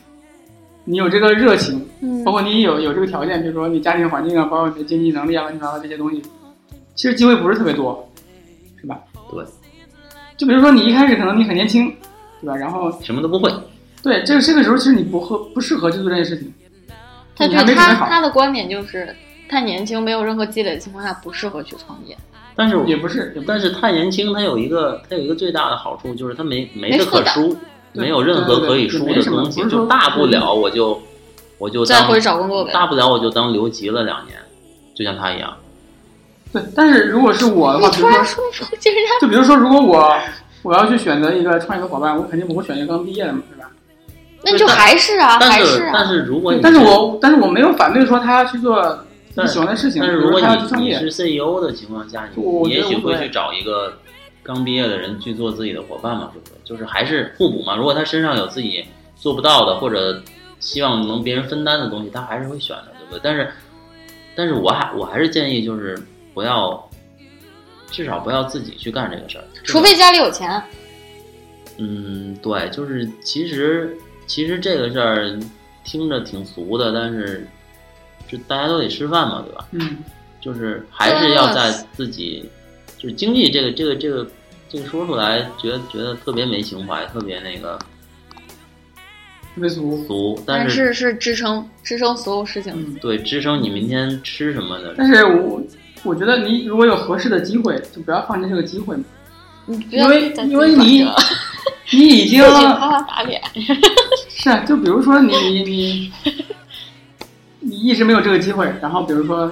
C: 你有这个热情，
A: 嗯
C: 包括你有有这个条件，比如说你家庭环境啊，包括你的经济能力啊，乱七八糟这些东西，其实机会不是特别多，是吧？
B: 对。
C: 就比如说你一开始可能你很年轻，对吧？然后
B: 什么都不会，
C: 对这这个时候其实你不合不适合去做这件事情，
A: 他
C: 你
A: 对
C: 还没准备
A: 他
C: 好
A: 他的观点就是，太年轻没有任何积累的情况下不适合去创业，
B: 但是我
C: 也不是也不
B: 但
C: 是
B: 是太年轻，他有一个他有一个最大的好处就是他没没事
A: 没负
B: 可
A: 担
B: 输，
C: 对
B: 没有任何可以输
C: 对对对也没
B: 的
C: 什么
B: 东西，
C: 不是说
B: 就大不了我就我就
A: 再
B: 当
A: 回去找工作呗。
B: 大不了我就当留级了两年，就像他一样。
C: 对，但是如果是我的
A: 你
C: 话，比
A: 突
C: 如
A: 然
C: 说，
A: 说出这样，
C: 就比如说，如果我我要去选择一个创业的伙伴，我肯定不会选一个刚毕业的嘛，对吧？
A: 那你就
B: 但
A: 还是啊，
B: 但
A: 还
B: 是但
A: 啊。
B: 是如果你
C: 但是我但是我没有反对说他要去做你喜欢的事情，
B: 但是
C: 比
B: 如
C: 说
B: 果
C: 他要去
B: 你
C: 创
B: 你
C: 业，
B: 是 CEO 的情况下，你
C: 我
B: 你也
C: 觉得
B: 许
C: 无所
B: 会
C: 谓
B: 去找一个刚毕业的人去做自己的伙伴嘛，对不对？就是还是互补嘛。如果他身上有自己做不到的，或者希望能别人分担的东西，他还是会选的，对不对？但是，但是我还我还是建议就是不要，至少不要自己去干这个事儿，
A: 除非家里有钱，
B: 嗯，对，就是其实其实这个事儿听着挺俗的，但是就大家都得吃饭嘛，对吧？
C: 嗯，
B: 就是还是要在自己，就是经济这个这个这个这个说出来，觉得觉得特别没情怀，特别那个
C: 特别俗。
B: 俗，但
A: 但
B: 是
A: 是是支撑支撑所有事情的。
C: 嗯，
B: 对支撑你明天吃什么的，
C: 但是我我觉得你如果有合适的机会，就不要放弃这个机会嘛，
A: 你不
C: 因
A: 要
C: 为
A: 再
C: 因为你你已 经
A: 自己啪啪打脸，
C: 是啊，就比如说你你你你一直没有这个机会，然后比如说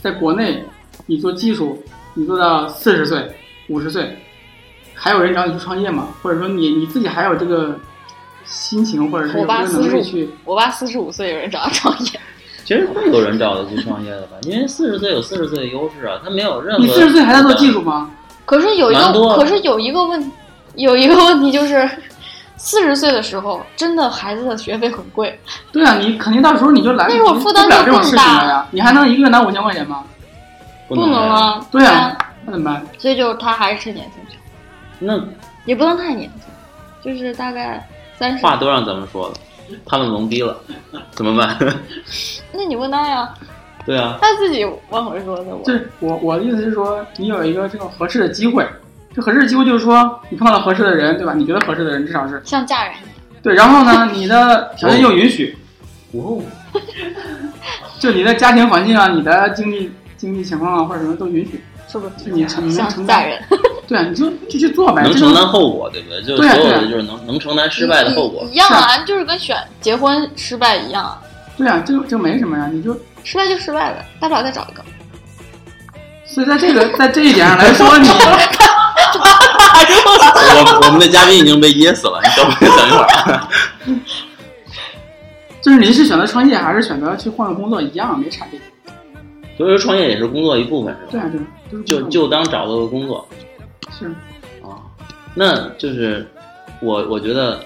C: 在国内你做技术，你做到四十岁、五十岁，还有人找你去创业吗？或者说你你自己还有这个心情，或者是有
A: 我
C: 这
A: 爸
C: 个能力
A: 45
C: 去？
A: 我爸四十五岁有人找他创业，
B: 其实会有人找他去创业的吧？因为四十岁有四十岁的优势啊，他没有任何
C: 你四十岁还在做技术吗？
A: 可是有一
B: 蛮多
A: 个
B: 的
A: 可是有一个问有一个问题就是， 四十岁的时候真的孩子的学费很贵，
C: 对啊，你肯定到时候你就来
A: 那
C: 你
A: 时候
C: 就
A: 负
C: 做
A: 担
C: 不了
A: 就
C: 这种
A: 更
C: 事情
A: 大
C: 了呀，你还能一个月拿五千块钱吗？
B: 不
A: 不能
B: 啊。
A: 啊。
C: 对啊，那怎么办？
A: 所以就是他还是趁年轻去，
B: 那
A: 也不能太年轻，就是大概三十。
B: 话都让咱们说了，他们懵逼了，怎么办？
A: 那你问他呀，
B: 对啊，
A: 他自己往回说的。我
C: 就是我我的意思是说，你有一个这种合适的机会，这合适的机会就是说你碰到了合适的人，对吧？你觉得合适的人，至少是
A: 像嫁人一样。
C: 对，然后呢，你 的条件又允许，
B: 哦，
C: 就你的家庭环境啊，你的经济经济情况啊，或者什么都允许，
A: 是不是
C: 就你承你能
A: 像
C: 承
A: 嫁
C: 担，
A: 人
C: 对啊，你就就去做呗，
B: 能
C: 这
B: 承
C: 种
B: 担后果，对不对？就是
C: 对啊嗯
B: 所有
C: 对
B: 的
C: 啊
B: 就是能能承担失败的后果
A: 一。一样啊，就是跟选结婚失败一样，啊，
C: 对啊，就就没什么呀，你就
A: 失败就失败呗，大不了再找一个。
C: 所以在这个在这一点上来 说，你
B: 我我们的嘉宾已经被噎死了，你等会等一会儿。
C: 就是你是选择创业还是选择去换个工作一样没差别，
B: 所以说创业也是工作一部分，是
C: 对
B: 吧？
C: 啊，对啊，就
B: 就
C: 是
B: 就当找到个工作
C: 是
B: 啊。那就是我我觉得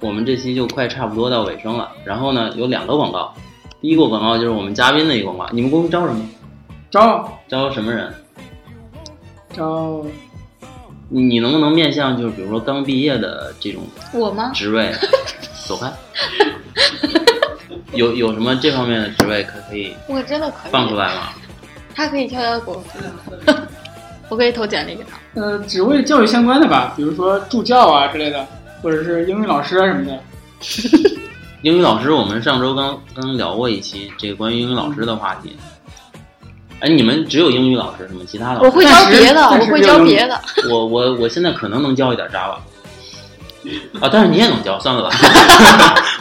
B: 我们这期就快差不多到尾声了。然后呢，有两个广告，第一个广告就是我们嘉宾的一个广告。你们公司招什么？
C: 招
B: 招什么人？
C: 招
B: 你你能不能面向就是比如说刚毕业的这种
A: 我吗？
B: 职位，走开。有有什么这方面的职位可可以
A: 我真的可以，
B: 放出来吗？
A: 他可以跳跳狗， 我可以投简历给他。
C: 呃职位教育相关的吧，比如说助教啊之类的，或者是英语老师啊什么的，
B: 英语老师，我们上周刚刚聊过一期这个关于英语老师的话题。哎，你们只有英语老师是吗？其他老
A: 我
B: 师？
A: 会教别的，
C: 暂
A: 我
C: 时
A: 会教别的。
B: 我我我现在可能能教一点 Java 啊，但是你也能教，算了吧，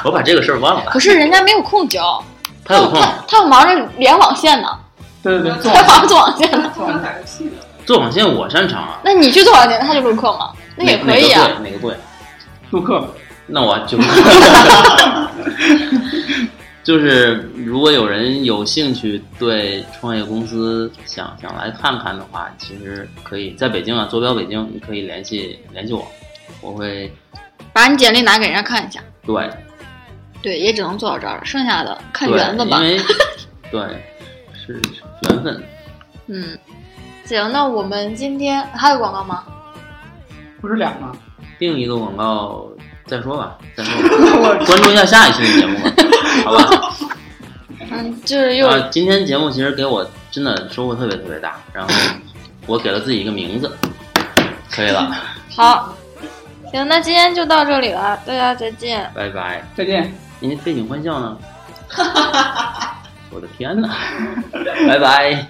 B: 我把这个事儿忘了。
A: 不是，人家没有空教，
B: 他有空哦
A: 他他有忙着联网线呢，
C: 对对对，做
A: 他忙着做网线呢。
C: 做
E: 打游戏的，
B: 做网线我擅长啊，
A: 那你去做网线，他就录课嘛，那也可以啊。
B: 哪哪个贵？哪个贵？
C: 录课吧，
B: 那我就，就是如果有人有兴趣对创业公司想想来看看的话，其实可以在北京啊，坐标北京，你可以联系联系我，我会
A: 把你简历拿给人家看一下，
B: 对
A: 对，也只能做到这儿了，剩下的看
B: 对，
A: 缘分吧
B: 因。 为对是是缘分，
A: 嗯，行，那我们今天还有广告吗？
C: 不是俩吗？
B: 定一个广告再说吧，再 说吧，关注一下下一期的节目吧，好吧？
A: 嗯，就是又、
B: 啊，今天节目其实给我真的收获特别特别大，然后我给了自己一个名字，可以了，
A: 好。行，那今天就到这里了，大家再见。
B: 拜拜。
C: 再见。
B: 您背景欢笑呢？我的天哪！拜拜。